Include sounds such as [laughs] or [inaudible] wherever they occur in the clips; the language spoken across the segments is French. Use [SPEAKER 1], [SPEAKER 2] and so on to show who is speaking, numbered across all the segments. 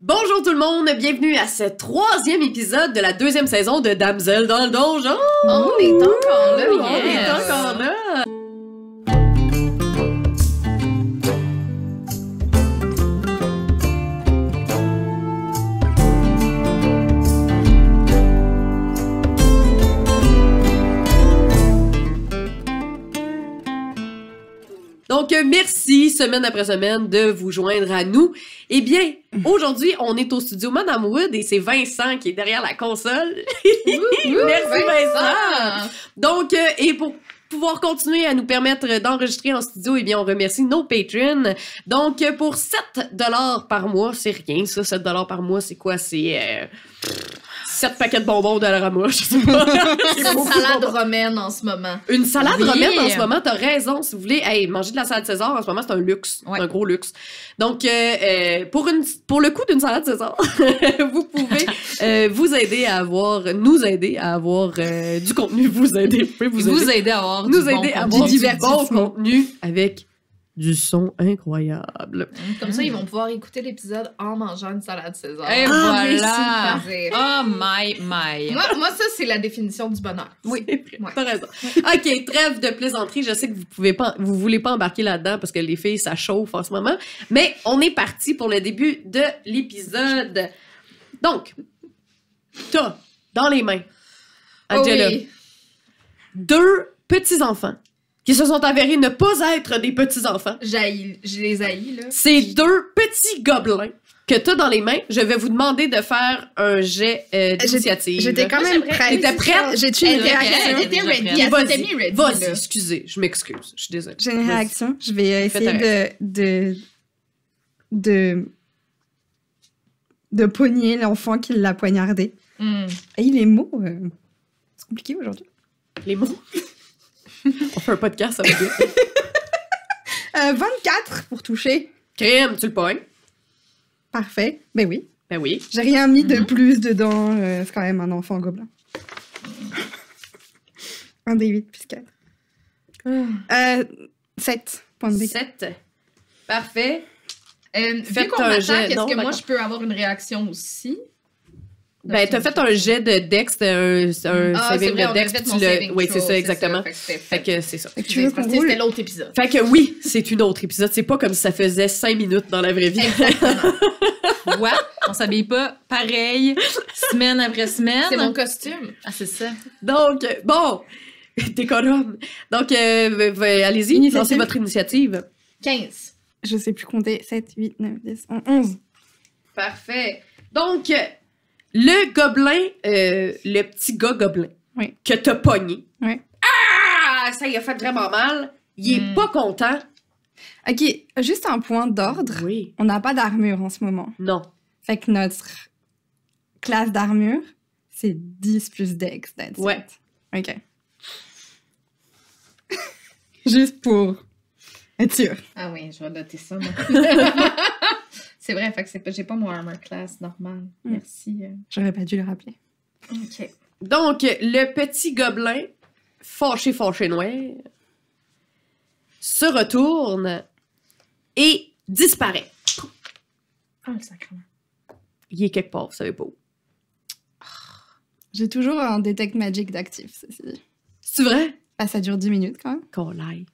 [SPEAKER 1] Bonjour tout le monde, bienvenue à ce troisième épisode de la deuxième saison de Damsel dans le donjon.
[SPEAKER 2] On est encore là,
[SPEAKER 1] Ouh, On
[SPEAKER 2] yes.
[SPEAKER 1] est encore là. Donc, euh, merci semaine après semaine de vous joindre à nous. Eh bien, aujourd'hui, on est au studio Madame Wood et c'est Vincent qui est derrière la console. [laughs]
[SPEAKER 2] Ben,
[SPEAKER 1] Merci Vincent. Donc, euh, et pour pouvoir continuer à nous permettre d'enregistrer en studio, eh bien, on remercie nos patrons. Donc, euh, pour 7 dollars par mois, c'est rien, ça. 7 dollars par mois, c'est quoi? C'est euh, 7 paquets de bonbons de la ramoche. je sais pas. [laughs] C'est beaucoup de
[SPEAKER 2] Salade
[SPEAKER 1] bonbons.
[SPEAKER 2] romaine en ce moment.
[SPEAKER 1] Une salade
[SPEAKER 2] Oui.
[SPEAKER 1] romaine en ce moment, t'as raison, si vous voulez. Hey, manger de la salade César en ce moment, c'est un luxe,
[SPEAKER 2] Ouais.
[SPEAKER 1] un gros luxe. Donc, euh, euh, pour, une, pour le coût d'une salade César, [laughs] vous pouvez euh, vous aider à avoir, nous aider à avoir euh, du contenu, vous aider, vous pouvez vous, aider,
[SPEAKER 2] aider à avoir
[SPEAKER 1] nous aider à avoir du bon
[SPEAKER 2] divertissement.
[SPEAKER 1] contenu avec du son incroyable.
[SPEAKER 2] Hein, Comme ça, ils vont pouvoir écouter l'épisode en mangeant une salade César.
[SPEAKER 3] Et
[SPEAKER 1] Ah, mais
[SPEAKER 3] voilà!
[SPEAKER 2] Plaisir.
[SPEAKER 3] Oh my
[SPEAKER 2] [laughs]
[SPEAKER 3] my!
[SPEAKER 2] Moi, moi, ça, c'est la définition du bonheur.
[SPEAKER 1] Oui,
[SPEAKER 2] Ouais.
[SPEAKER 1] t'as raison. OK, trêve de plaisanterie. Je sais que vous pouvez pas, vous voulez pas embarquer là-dedans parce que les filles, ça chauffe en ce moment. Mais on est parti pour le début de l'épisode. Donc, t'as dans les mains,
[SPEAKER 2] Oh
[SPEAKER 1] Angela,
[SPEAKER 2] oui.
[SPEAKER 1] deux petits-enfants qui se sont avérés ne pas être des petits-enfants.
[SPEAKER 2] J'haïs- je les haïs, là.
[SPEAKER 1] Ces deux petits gobelins que t'as dans les mains, je vais vous demander de faire un jet euh, d'initiative.
[SPEAKER 4] J'étais quand même
[SPEAKER 2] J'aimerais-
[SPEAKER 4] prête.
[SPEAKER 1] T'étais prête?
[SPEAKER 4] J'ai une
[SPEAKER 2] Elle était-
[SPEAKER 4] réaction.
[SPEAKER 2] elle était
[SPEAKER 3] Déjà
[SPEAKER 2] ready. Elle
[SPEAKER 3] prête.
[SPEAKER 2] s'était mis
[SPEAKER 1] Vas-y,
[SPEAKER 2] ready,
[SPEAKER 1] vas-y,
[SPEAKER 2] là.
[SPEAKER 1] excusez, je m'excuse, je suis désolée.
[SPEAKER 4] J'ai une
[SPEAKER 1] Vas-y.
[SPEAKER 4] réaction. Je vais euh,
[SPEAKER 1] Fais
[SPEAKER 4] essayer
[SPEAKER 1] ta
[SPEAKER 4] de, de. de. de pogner l'enfant qui l'a poignardé.
[SPEAKER 2] Hmm.
[SPEAKER 4] Et les mots. euh, c'est compliqué aujourd'hui.
[SPEAKER 1] Les mots. [laughs] On fait un podcast avec eux.
[SPEAKER 4] Euh, 24 pour toucher.
[SPEAKER 1] Crème, tu le pognes.
[SPEAKER 4] Parfait. Ben oui.
[SPEAKER 1] Ben oui.
[SPEAKER 4] J'ai rien mis
[SPEAKER 1] Mhm.
[SPEAKER 4] de plus dedans. euh, c'est quand même un enfant gobelin. [laughs] un des 8 plus 4.
[SPEAKER 1] Ah.
[SPEAKER 4] Euh, 7 points de dégâts.
[SPEAKER 1] 7. Parfait.
[SPEAKER 2] Euh, vu
[SPEAKER 1] Faites
[SPEAKER 2] qu'on
[SPEAKER 1] un
[SPEAKER 2] attaque,
[SPEAKER 1] jet.
[SPEAKER 2] est-ce
[SPEAKER 1] Non,
[SPEAKER 2] que moi,
[SPEAKER 1] d'accord.
[SPEAKER 2] je peux avoir une réaction aussi?
[SPEAKER 1] Ben, t'as fait un jet de Dex, c'était un, c'est un
[SPEAKER 2] Ah, c'est
[SPEAKER 1] saving
[SPEAKER 2] vrai, on
[SPEAKER 1] de
[SPEAKER 2] a
[SPEAKER 1] Dex.
[SPEAKER 2] fait
[SPEAKER 1] tu
[SPEAKER 2] mon
[SPEAKER 1] l'as-
[SPEAKER 2] saving
[SPEAKER 1] oui,
[SPEAKER 2] throw,
[SPEAKER 1] c'est ça, exactement.
[SPEAKER 2] Fait que c'était
[SPEAKER 1] Fait
[SPEAKER 2] fait.
[SPEAKER 1] que c'est ça.
[SPEAKER 4] Fait que tu veux
[SPEAKER 2] Parce que
[SPEAKER 4] qu'on
[SPEAKER 2] C'était
[SPEAKER 4] roule.
[SPEAKER 1] [laughs]
[SPEAKER 2] l'autre épisode.
[SPEAKER 1] Fait que oui, c'est une autre épisode. C'est pas comme si ça faisait 5 minutes dans la vraie vie.
[SPEAKER 2] Exactement.
[SPEAKER 3] Quoi? On s'habille pas pareil, semaine après semaine.
[SPEAKER 2] C'est mon costume.
[SPEAKER 3] Ah, c'est ça.
[SPEAKER 1] Donc, bon, [laughs] t'es con homme. Donc, euh, v- v- allez-y,
[SPEAKER 4] Initiative.
[SPEAKER 1] lancez votre initiative.
[SPEAKER 2] 15.
[SPEAKER 4] Je sais plus compter. 7, 8, 9, 10, 11.
[SPEAKER 1] Parfait. Donc, euh, le gobelin, euh, le petit gars gobelin
[SPEAKER 4] Oui.
[SPEAKER 1] que t'as pogné.
[SPEAKER 4] Oui.
[SPEAKER 1] Ah! Ça y a fait vraiment mal. Il est
[SPEAKER 2] Mm.
[SPEAKER 1] pas content.
[SPEAKER 4] Ok, juste un point d'ordre.
[SPEAKER 1] Oui.
[SPEAKER 4] On n'a pas d'armure en ce moment.
[SPEAKER 1] Non.
[SPEAKER 4] Fait que notre classe d'armure, c'est 10 plus Dex, that's it.
[SPEAKER 1] Ouais.
[SPEAKER 4] Ok. [laughs] Juste pour être sûr.
[SPEAKER 2] Ah oui, je vais noter ça. [laughs] moi. c'est vrai, fait que c'est pas- j'ai pas mon armor class normal.
[SPEAKER 4] Mm.
[SPEAKER 2] Merci. euh.
[SPEAKER 4] J'aurais pas dû le rappeler.
[SPEAKER 2] Ok.
[SPEAKER 1] Donc, le petit gobelin, fâché, fâché noir, se retourne et disparaît.
[SPEAKER 2] Ah, le sacrement.
[SPEAKER 1] Il est quelque part, vous savez pas où.
[SPEAKER 4] J'ai toujours un Detect Magic d'actif, ceci. dit.
[SPEAKER 1] C'est vrai?
[SPEAKER 4] Ah, ça dure 10 minutes quand même.
[SPEAKER 1] Qu'on l'aille.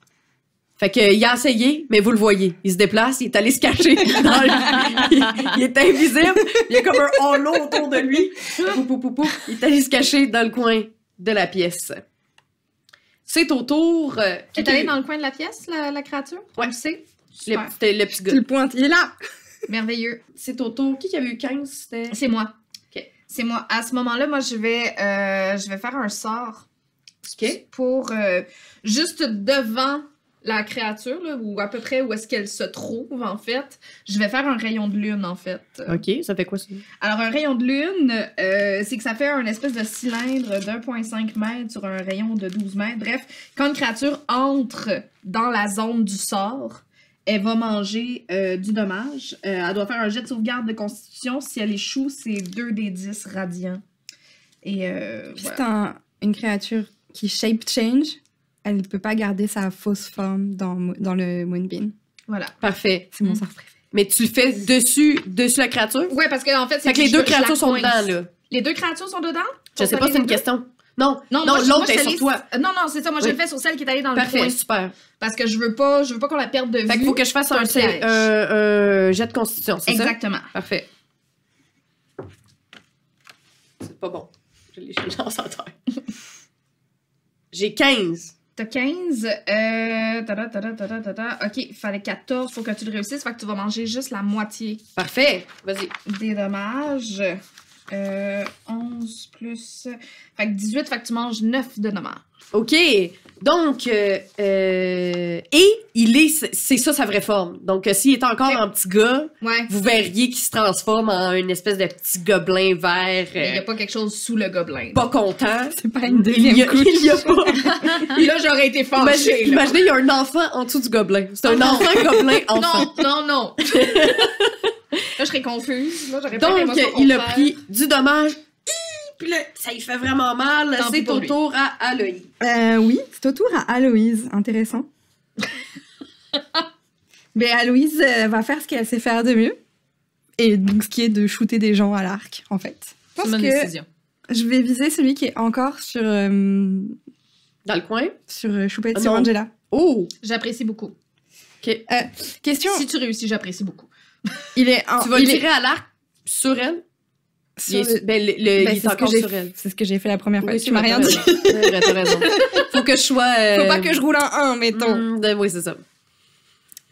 [SPEAKER 1] Fait que, il a essayé, mais vous le voyez. Il se déplace, il est allé se cacher. [laughs] dans le- il, il est invisible. Il y a comme un halo autour de lui. Pou, pou, pou, pou. Il est allé se cacher dans le coin de la pièce. C'est au tour. euh,
[SPEAKER 2] Est allée dans le coin de la pièce, la, la créature?
[SPEAKER 1] Ouais.
[SPEAKER 2] On le sait?
[SPEAKER 1] le,
[SPEAKER 2] Super.
[SPEAKER 1] c'était le petit gars.
[SPEAKER 4] Tu le pointes, il est là
[SPEAKER 2] Merveilleux.
[SPEAKER 1] C'est au tour. Qui qui avait eu 15? C'était.
[SPEAKER 2] C'est moi.
[SPEAKER 1] Ok.
[SPEAKER 2] C'est moi. À ce moment-là, moi, je vais, euh, je vais faire un sort
[SPEAKER 1] Ok.
[SPEAKER 2] pour euh, juste devant la créature, là, ou à peu près où est-ce qu'elle se trouve, en fait. Je vais faire un rayon de lune, en fait.
[SPEAKER 1] Ok, ça fait quoi ça?
[SPEAKER 2] Alors, un rayon de lune, euh, c'est que ça fait un espèce de cylindre d'1,5 mètre sur un rayon de 12 mètres. Bref, quand une créature entre dans la zone du sort, elle va manger euh, du dommage. Euh, elle doit faire un jet de sauvegarde de constitution. Si elle échoue, c'est 2 des 10 radiants. Et euh, voilà.
[SPEAKER 4] C'est un- une créature qui shape change. Elle ne peut pas garder sa fausse forme dans, Mo- dans le Moonbeam.
[SPEAKER 2] voilà.
[SPEAKER 1] Parfait.
[SPEAKER 4] C'est mon
[SPEAKER 3] Mm.
[SPEAKER 4] sort préféré.
[SPEAKER 1] Mais tu le fais dessus, dessus la créature?
[SPEAKER 2] Ouais, parce que en fait, c'est
[SPEAKER 1] Fait que les
[SPEAKER 2] je-
[SPEAKER 1] deux
[SPEAKER 2] je la
[SPEAKER 1] créatures sont
[SPEAKER 2] coince.
[SPEAKER 1] dedans, là.
[SPEAKER 2] Les deux créatures sont dedans?
[SPEAKER 1] Je sais pas si c'est une question. Non, non,
[SPEAKER 2] moi, je- moi,
[SPEAKER 1] l'autre
[SPEAKER 2] je
[SPEAKER 1] est
[SPEAKER 2] te
[SPEAKER 1] sur
[SPEAKER 2] laisse-
[SPEAKER 1] toi.
[SPEAKER 2] Euh, Non, non, c'est ça. Moi,
[SPEAKER 1] Oui.
[SPEAKER 2] je le fais sur celle qui est allée dans le
[SPEAKER 1] Parfait,
[SPEAKER 2] coin.
[SPEAKER 1] super.
[SPEAKER 2] Parce que je veux pas, je veux pas qu'on la perde de vue.
[SPEAKER 1] Fait qu'il faut que je fasse un,
[SPEAKER 2] c'est un piège.
[SPEAKER 1] euh, euh, jet de constitution, c'est ça?
[SPEAKER 2] Exactement.
[SPEAKER 1] Parfait. C'est pas bon. Je l'ai jeté en terre. [laughs] J'ai 15.
[SPEAKER 2] T'as 15. Euh... tada, tada, tada, tada. Ok, fallait 14. Faut que tu le réussisses. Fait que tu vas manger juste la moitié
[SPEAKER 1] Parfait. Vas-y.
[SPEAKER 2] des dommages. Euh, 11 plus. Fait que 18. Fait que tu manges 9 de dommages.
[SPEAKER 1] OK. Donc, euh, euh, et il est, c'est ça sa vraie forme. Donc, euh, s'il est encore un petit gars,
[SPEAKER 2] Ouais.
[SPEAKER 1] vous verriez qu'il se transforme en une espèce de petit gobelin vert
[SPEAKER 2] Il y
[SPEAKER 1] euh,
[SPEAKER 2] a pas quelque chose sous le gobelin.
[SPEAKER 1] pas content.
[SPEAKER 4] C'est pas une
[SPEAKER 1] Il
[SPEAKER 4] deuxième
[SPEAKER 1] y a,
[SPEAKER 4] couche.
[SPEAKER 1] il y a pas.
[SPEAKER 2] là, j'aurais été
[SPEAKER 1] Imagine-
[SPEAKER 2] fâchée. là.
[SPEAKER 1] imaginez, il y a un enfant en dessous du gobelin. C'est
[SPEAKER 4] Ah
[SPEAKER 1] un enfant gobelin
[SPEAKER 4] [laughs]
[SPEAKER 1] enfant.
[SPEAKER 2] Non, non,
[SPEAKER 1] [laughs]
[SPEAKER 2] non. là, je serais confuse. Là, j'aurais pas
[SPEAKER 1] Donc,
[SPEAKER 2] l'émotion
[SPEAKER 1] il a
[SPEAKER 2] contraire.
[SPEAKER 1] pris du dommage. Hi! Puis là, ça lui fait vraiment mal.
[SPEAKER 2] Tant pis
[SPEAKER 1] C'est
[SPEAKER 2] pour
[SPEAKER 1] au
[SPEAKER 2] lui.
[SPEAKER 1] tour à Aloï.
[SPEAKER 4] Euh, oui, c'est au tour à Aloïse.
[SPEAKER 1] [laughs]
[SPEAKER 4] Intéressant. Mais Aloïse euh, va faire ce qu'elle sait faire de mieux. Et donc, ce qui est de shooter des gens à l'arc, en fait. Je
[SPEAKER 3] C'est
[SPEAKER 4] pense
[SPEAKER 3] ma
[SPEAKER 4] que
[SPEAKER 3] décision.
[SPEAKER 4] je vais viser celui qui est encore sur, euh,
[SPEAKER 1] Dans le coin.
[SPEAKER 4] sur euh, Choupette,
[SPEAKER 1] Ah
[SPEAKER 4] sur
[SPEAKER 1] non.
[SPEAKER 4] Angela.
[SPEAKER 1] Oh!
[SPEAKER 2] J'apprécie beaucoup.
[SPEAKER 4] Question,
[SPEAKER 2] Si tu réussis, j'apprécie beaucoup.
[SPEAKER 4] il est en-
[SPEAKER 1] tu vas le
[SPEAKER 4] Ah. il est
[SPEAKER 1] tirer à l'arc sur elle.
[SPEAKER 4] sur
[SPEAKER 1] il est,
[SPEAKER 4] le-
[SPEAKER 1] ben, le- le-
[SPEAKER 4] Ben,
[SPEAKER 1] il est
[SPEAKER 4] c'est ce que
[SPEAKER 1] encore
[SPEAKER 4] j'ai
[SPEAKER 1] sur elle.
[SPEAKER 4] C'est ce que j'ai fait la première fois.
[SPEAKER 1] Oui,
[SPEAKER 4] tu m'as rien
[SPEAKER 1] t'as
[SPEAKER 4] dit.
[SPEAKER 1] raison. C'est vrai, T'as
[SPEAKER 4] [laughs]
[SPEAKER 1] raison. Faut que je sois. euh,
[SPEAKER 4] Faut pas que je roule un 1, mettons.
[SPEAKER 1] Mm, ben, oui, c'est ça.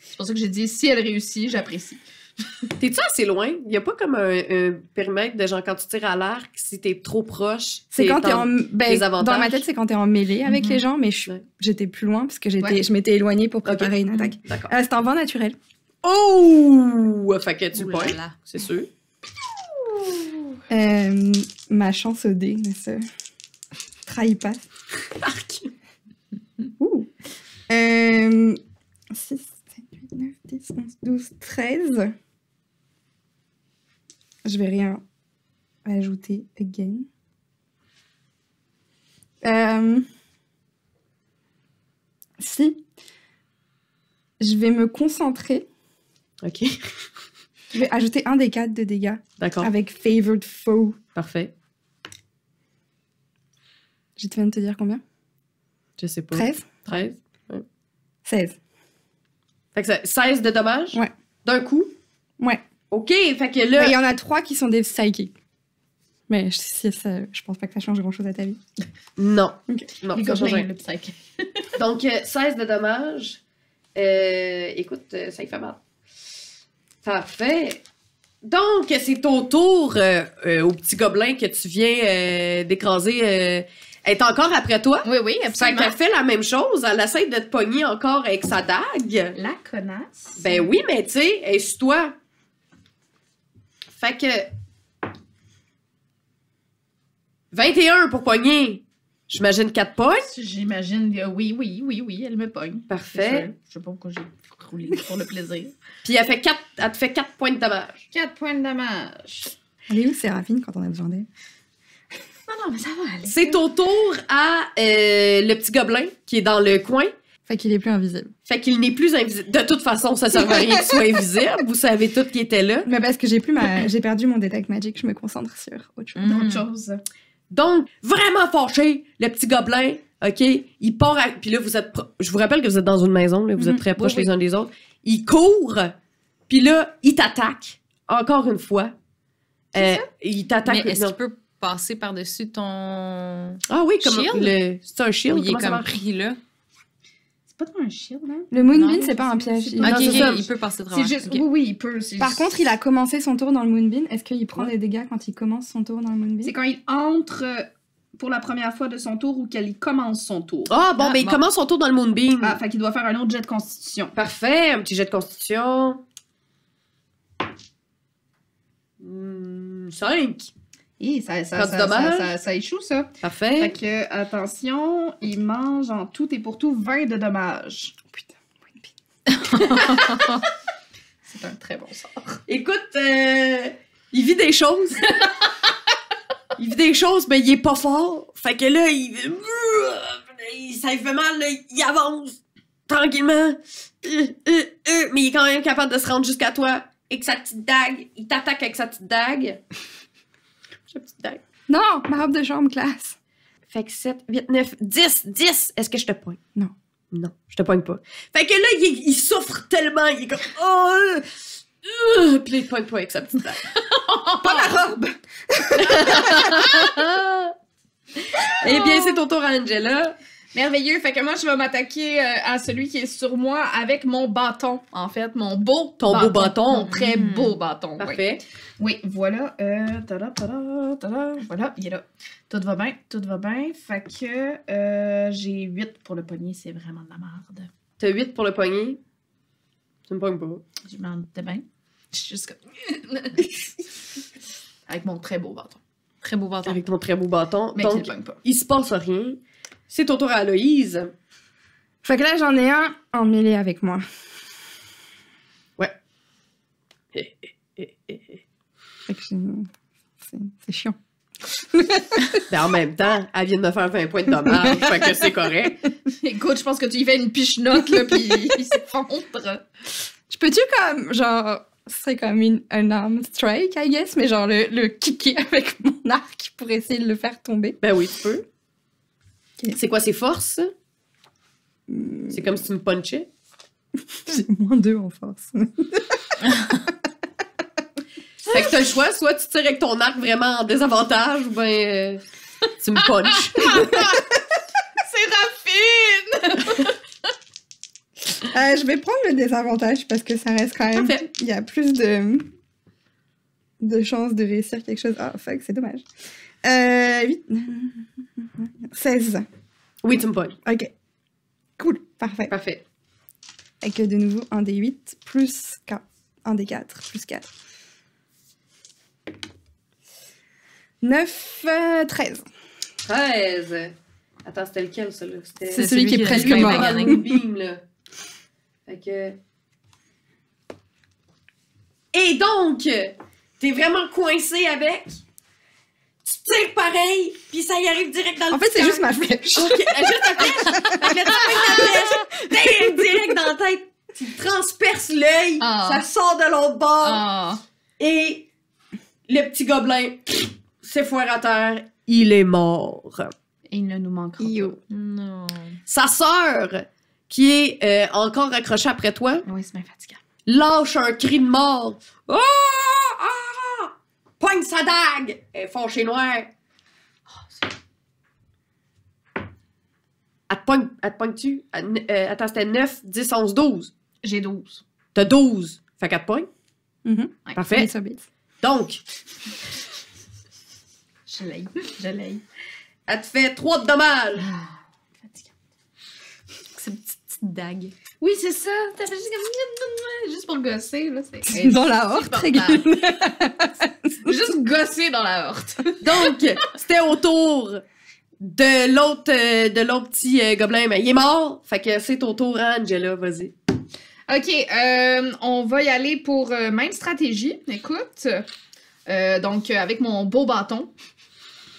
[SPEAKER 2] C'est pour ça que j'ai dit si elle réussit, j'apprécie.
[SPEAKER 1] T'es-tu assez loin? Il a pas comme un, un périmètre de genre quand tu tires à l'arc, si t'es trop proche.
[SPEAKER 4] C'est quand t'es
[SPEAKER 1] dans-
[SPEAKER 4] en ben,
[SPEAKER 1] les
[SPEAKER 4] dans
[SPEAKER 1] avantages. Mm-hmm.
[SPEAKER 4] ma tête c'est quand t'es en mêlée avec
[SPEAKER 2] Mhm.
[SPEAKER 4] les gens mais je suis-
[SPEAKER 1] Ouais.
[SPEAKER 4] j'étais plus loin parce que j'étais
[SPEAKER 2] Ouais.
[SPEAKER 4] je m'étais éloignée pour
[SPEAKER 1] Ok.
[SPEAKER 4] préparer une attaque.
[SPEAKER 1] D'accord.
[SPEAKER 4] Ah, c'est en vent naturel.
[SPEAKER 1] Oh! Fait que tu
[SPEAKER 3] Ouh
[SPEAKER 1] le
[SPEAKER 3] là
[SPEAKER 1] pointes,
[SPEAKER 3] là.
[SPEAKER 1] c'est sûr.
[SPEAKER 4] Euh, ma chance au dé ne se trahit pas.
[SPEAKER 1] Arc!
[SPEAKER 4] Ouh. Euh, 6 7 8 9 10 11 12 13. Je vais rien ajouter again. Euh, si je vais me concentrer
[SPEAKER 1] Ok.
[SPEAKER 4] Je vais ajouter un des quatre de dégâts
[SPEAKER 1] D'accord.
[SPEAKER 4] avec Favored Foe.
[SPEAKER 1] Parfait.
[SPEAKER 4] Je viens de te dire combien
[SPEAKER 1] Je sais pas.
[SPEAKER 4] 13
[SPEAKER 1] 13.
[SPEAKER 4] 16.
[SPEAKER 1] Fait que ça- 16 de dommages?
[SPEAKER 4] Ouais.
[SPEAKER 1] D'un coup?
[SPEAKER 4] Ouais.
[SPEAKER 1] OK, fait que
[SPEAKER 4] Mais Il
[SPEAKER 1] là...
[SPEAKER 4] y en a trois qui sont des psychiques. Mais je, si ça- je pense pas que ça change grand chose à ta vie.
[SPEAKER 1] Non.
[SPEAKER 4] Ok.
[SPEAKER 1] Non,
[SPEAKER 2] Les
[SPEAKER 1] ça change
[SPEAKER 2] gobelins,
[SPEAKER 1] rien.
[SPEAKER 2] le psych.
[SPEAKER 1] Donc, euh, 16 de dommages. Euh, écoute, euh, ça y fait mal. Parfait. Donc, c'est ton tour euh, euh, au petit gobelin que tu viens euh, d'écraser. euh, elle est encore après toi.
[SPEAKER 2] Oui, oui,
[SPEAKER 1] Fait
[SPEAKER 2] absolument.
[SPEAKER 1] qu'elle fait la même chose. Elle essaie de te pogner encore avec sa dague.
[SPEAKER 2] La connasse.
[SPEAKER 1] Ben oui, mais tu sais, elle est sur toi. Fait que. 21 pour pogner. J'imagine 4 points.
[SPEAKER 2] J'imagine que oui, oui, oui, oui, elle me pogne. C'est
[SPEAKER 1] Parfait.
[SPEAKER 2] sûr. Je sais pas pourquoi j'ai roulé pour le plaisir.
[SPEAKER 1] Puis elle, fait quatre, elle te fait 4 points de dommage.
[SPEAKER 2] 4 points de dommage.
[SPEAKER 4] Elle est où Séraphine quand on a besoin d'elle
[SPEAKER 2] Non, Ah non, mais ça va aller.
[SPEAKER 1] C'est au tour à euh, le petit gobelin qui est dans le coin.
[SPEAKER 4] Fait qu'il est plus invisible.
[SPEAKER 1] Fait qu'il n'est plus invisible. De toute façon, ça ne sert à rien qu'il soit invisible. Vous savez tout qui était là.
[SPEAKER 4] Mais parce que j'ai plus ma... j'ai perdu mon Detect Magic, je me concentre sur autre chose.
[SPEAKER 3] Mm.
[SPEAKER 2] Autre chose.
[SPEAKER 1] Donc, vraiment fâché, le petit gobelin, OK, il part à... Puis là, vous êtes... pro- Je vous rappelle que vous êtes dans une maison, là, vous
[SPEAKER 4] Mhm.
[SPEAKER 1] êtes très proches
[SPEAKER 4] Oui,
[SPEAKER 1] les uns des autres. Il court, puis là, il t'attaque, encore une fois. Euh, il
[SPEAKER 3] Mais
[SPEAKER 1] t'attaque...
[SPEAKER 3] est-ce
[SPEAKER 1] non.
[SPEAKER 3] qu'il peut passer par-dessus ton.
[SPEAKER 1] Ah oui, comme
[SPEAKER 3] Shield?
[SPEAKER 1] le... C'est un shield,
[SPEAKER 3] Ou il est
[SPEAKER 1] comment ça
[SPEAKER 3] comme
[SPEAKER 1] marche?
[SPEAKER 3] pris là.
[SPEAKER 2] C'est pas dans un shield, hein?
[SPEAKER 4] Le
[SPEAKER 3] Non,
[SPEAKER 4] Moonbeam, c'est pas un
[SPEAKER 2] c'est- c'est pas-
[SPEAKER 4] piège. Il-
[SPEAKER 1] Non,
[SPEAKER 3] Ok,
[SPEAKER 1] c'est
[SPEAKER 3] ok,
[SPEAKER 1] ça.
[SPEAKER 3] il peut passer
[SPEAKER 2] C'est
[SPEAKER 3] travers.
[SPEAKER 2] juste.
[SPEAKER 3] Ok.
[SPEAKER 2] Oui, oui, il peut. c'est
[SPEAKER 4] Par
[SPEAKER 2] juste-
[SPEAKER 4] contre, il a commencé son tour dans le Moonbeam. Est-ce qu'il prend des dégâts quand il commence son tour dans le
[SPEAKER 2] C'est
[SPEAKER 4] Moonbeam
[SPEAKER 2] quand il entre euh, pour la première fois de son tour ou qu'il commence son tour.
[SPEAKER 1] Ah bon,
[SPEAKER 3] Ah,
[SPEAKER 1] mais il
[SPEAKER 3] bon.
[SPEAKER 1] commence son tour dans le Moonbeam.
[SPEAKER 2] Ah, fait qu'il doit faire un autre jet de constitution.
[SPEAKER 1] Parfait, un petit jet de constitution. Hmm, 5.
[SPEAKER 2] Et ça, ça,
[SPEAKER 1] Pas
[SPEAKER 2] ça,
[SPEAKER 1] de
[SPEAKER 2] ça,
[SPEAKER 1] dommage.
[SPEAKER 2] ça- ça échoue, ça.
[SPEAKER 1] Parfait.
[SPEAKER 2] Fait que, attention, il mange en tout et pour tout 20 de dommages.
[SPEAKER 4] Putain, Moonbeam.
[SPEAKER 2] [laughs] C'est un très bon sort.
[SPEAKER 1] Écoute, euh, il vit des choses. [laughs] il vit des choses, mais il est pas fort. Fait que là, il, il- ça lui fait mal, là, il avance. tranquillement, euh, euh, euh, mais il est quand même capable de se rendre jusqu'à toi avec sa petite dague. Il t'attaque avec sa petite dague. sa petite dague.
[SPEAKER 4] Non, ma robe de chambre classe.
[SPEAKER 1] Fait que 7, 8, 9, 10, 10. Est-ce que je te poigne?
[SPEAKER 4] Non.
[SPEAKER 1] Non, je te poigne pas. Fait que là, il, il souffre tellement, il est comme. Oh! euh, euh, Puis là, il te poigne pas avec sa petite [laughs] dague.
[SPEAKER 4] Pas ma robe!
[SPEAKER 1] [laughs] Eh bien, c'est ton tour, Angela.
[SPEAKER 2] Merveilleux. Fait que moi, je vais m'attaquer euh, à celui qui est sur moi avec mon bâton, [laughs]
[SPEAKER 3] Ah.
[SPEAKER 2] en fait. Mon beau
[SPEAKER 1] Ton beau bâton.
[SPEAKER 2] Mon très
[SPEAKER 3] Mhm.
[SPEAKER 2] beau bâton, oui.
[SPEAKER 1] Parfait.
[SPEAKER 2] Mm-hmm. Oui, voilà. Euh, tada, tada, tada, voilà, il est là. Tout va bien, tout va bien. Fait que euh, j'ai 8 pour le poignet, c'est vraiment de la merde.
[SPEAKER 1] T'as 8 pour le poignet. Tu me pognes pas.
[SPEAKER 2] Je m'en doutais bien. Je suis juste comme... [laughs] Avec mon très beau bâton.
[SPEAKER 3] Très beau bâton.
[SPEAKER 1] Avec ton très beau bâton.
[SPEAKER 2] Mais
[SPEAKER 1] Donc,
[SPEAKER 2] qu'il ne pogne pas.
[SPEAKER 1] il se passe rien. C'est ton tour à Aloïse.
[SPEAKER 4] Fait que là, j'en ai un en mêlée avec moi.
[SPEAKER 1] Eh, eh, eh.
[SPEAKER 4] Fait que j'ai- c'est c'est chiant.
[SPEAKER 1] Ben, en même temps, elle vient de me faire 20 points de [laughs] dommage, fait que c'est correct.
[SPEAKER 2] Écoute, je pense que tu y fais une pichenote, là, puis il s'effondre.
[SPEAKER 4] Je peux-tu comme, genre, c'est comme une, un arm strike, I guess, mais genre le, le kicker [laughs] avec mon arc pour essayer de le faire tomber.
[SPEAKER 1] Ben oui, tu peux.
[SPEAKER 4] Ok. Hmm.
[SPEAKER 1] C'est quoi ses forces? C'est comme si tu me punchais.
[SPEAKER 4] J'ai moins deux en force.
[SPEAKER 1] Fait que t'as le choix, soit tu tires avec ton arc vraiment en désavantage, ou ben euh, tu me
[SPEAKER 4] [laughs]
[SPEAKER 1] punches.
[SPEAKER 2] C'est
[SPEAKER 4] Euh, je vais prendre le désavantage parce que ça reste quand même.
[SPEAKER 1] Parfait.
[SPEAKER 4] Il y a plus de, de chances de réussir quelque chose. Ah, fuck, c'est dommage. Euh, [laughs] 8. 16.
[SPEAKER 1] Oui, tu me punches.
[SPEAKER 4] Ok. Cool, parfait.
[SPEAKER 1] Parfait.
[SPEAKER 4] Et que de nouveau, un des 8 plus 4. Un des 4 plus 4. 9, 13.
[SPEAKER 1] 13. Attends, c'était lequel, ça, là? C'était...
[SPEAKER 4] C'est celui qui est presque
[SPEAKER 1] Lui,
[SPEAKER 4] mort.
[SPEAKER 1] avec un
[SPEAKER 2] [laughs]
[SPEAKER 1] beam, là. Fait que... Et donc, t'es vraiment coincé avec. Tu tires pareil, puis ça y arrive direct dans le
[SPEAKER 4] En fait, c'est
[SPEAKER 1] cœur.
[SPEAKER 4] juste ma flèche.
[SPEAKER 1] Ok, euh, juste ta flèche. Fait que tu prends ta flèche, t'es direct dans la tête. Tu transperces l'œil,
[SPEAKER 2] Ah.
[SPEAKER 1] ça sort de l'autre bord.
[SPEAKER 2] Ah,
[SPEAKER 1] Et le petit gobelin s'effoire à terre. Il est mort.
[SPEAKER 2] il ne nous manquera
[SPEAKER 4] Yo.
[SPEAKER 3] Non.
[SPEAKER 1] Sa sœur, qui est euh, encore accrochée après toi,
[SPEAKER 2] pas. Oui, c'est bien fatigant.
[SPEAKER 1] lâche un cri de mort. Ah! Ah! Pogne sa dague! Elle est fâchée noire. Oh, Elle te pogne, elle te pogne-tu? Elle- euh, attends, c'était 9, 10, 11, 12.
[SPEAKER 2] J'ai 12.
[SPEAKER 1] T'as 12. Fait qu'elle te pogne.
[SPEAKER 4] Mhm.
[SPEAKER 1] Parfait.
[SPEAKER 4] Little bit.
[SPEAKER 1] Donc,
[SPEAKER 2] Je l'ai. Je l'ai.
[SPEAKER 1] elle te fait 3 de dommages. [laughs]
[SPEAKER 2] Ah, fatigant.
[SPEAKER 3] Cette petite, petite dague.
[SPEAKER 2] Oui, c'est ça. T'as fait juste comme... Juste pour le gosser, là. C'est
[SPEAKER 4] [laughs] Dans la horte.
[SPEAKER 2] insupportable. [laughs] Juste gosser dans la horte.
[SPEAKER 1] Donc, c'était au tour de l'autre euh, de l'autre petit euh, gobelin, mais il est mort. Fait que c'est au tour, hein, Angela, vas-y.
[SPEAKER 2] OK, euh, on va y aller pour euh, même stratégie. Écoute, Euh, donc euh, avec mon beau bâton.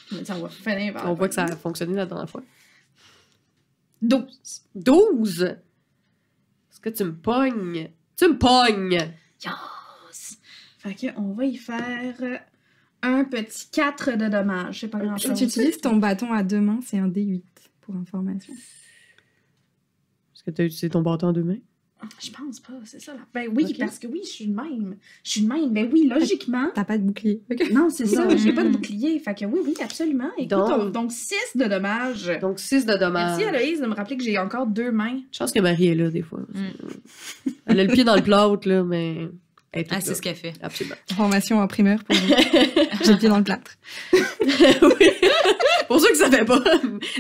[SPEAKER 2] Je me dis, on va finir par-
[SPEAKER 1] On voit que ça a fonctionné la dernière fois.
[SPEAKER 2] 12.
[SPEAKER 1] 12! Est-ce que tu me pognes? Tu me pognes!
[SPEAKER 2] Yes! Fait que on va y faire euh, un petit 4 de dommage. C'est pas grand
[SPEAKER 4] Si
[SPEAKER 2] chose.
[SPEAKER 4] tu utilises ton bâton à deux mains, c'est un D8 pour information.
[SPEAKER 1] Est-ce que t'as utilisé ton bâton en deux mains?
[SPEAKER 2] Je pense pas, c'est ça. Là. Ben oui,
[SPEAKER 4] Ok.
[SPEAKER 2] parce que oui, je suis de même. Je suis de même. Ben oui, logiquement.
[SPEAKER 4] T'as pas de bouclier. Ok.
[SPEAKER 2] Non, c'est ça.
[SPEAKER 4] Non.
[SPEAKER 2] J'ai pas de bouclier. Fait que oui, oui, absolument. Écoute,
[SPEAKER 1] Donc-
[SPEAKER 2] on- donc 6 de dommage.
[SPEAKER 1] Donc 6 de dommages.
[SPEAKER 2] Merci Aloïse de me rappeler que j'ai encore deux mains.
[SPEAKER 1] Je pense que Marie est là des fois.
[SPEAKER 3] Mm.
[SPEAKER 1] [laughs] Elle a le pied dans le plâtre, là, mais. Elle est toute
[SPEAKER 3] Ah, c'est
[SPEAKER 1] là.
[SPEAKER 3] ce qu'elle fait.
[SPEAKER 1] Absolument. [laughs]
[SPEAKER 4] Formation en primeur pour vous. J'ai le pied dans le plâtre.
[SPEAKER 1] Oui. Pour ceux qui savaient pas,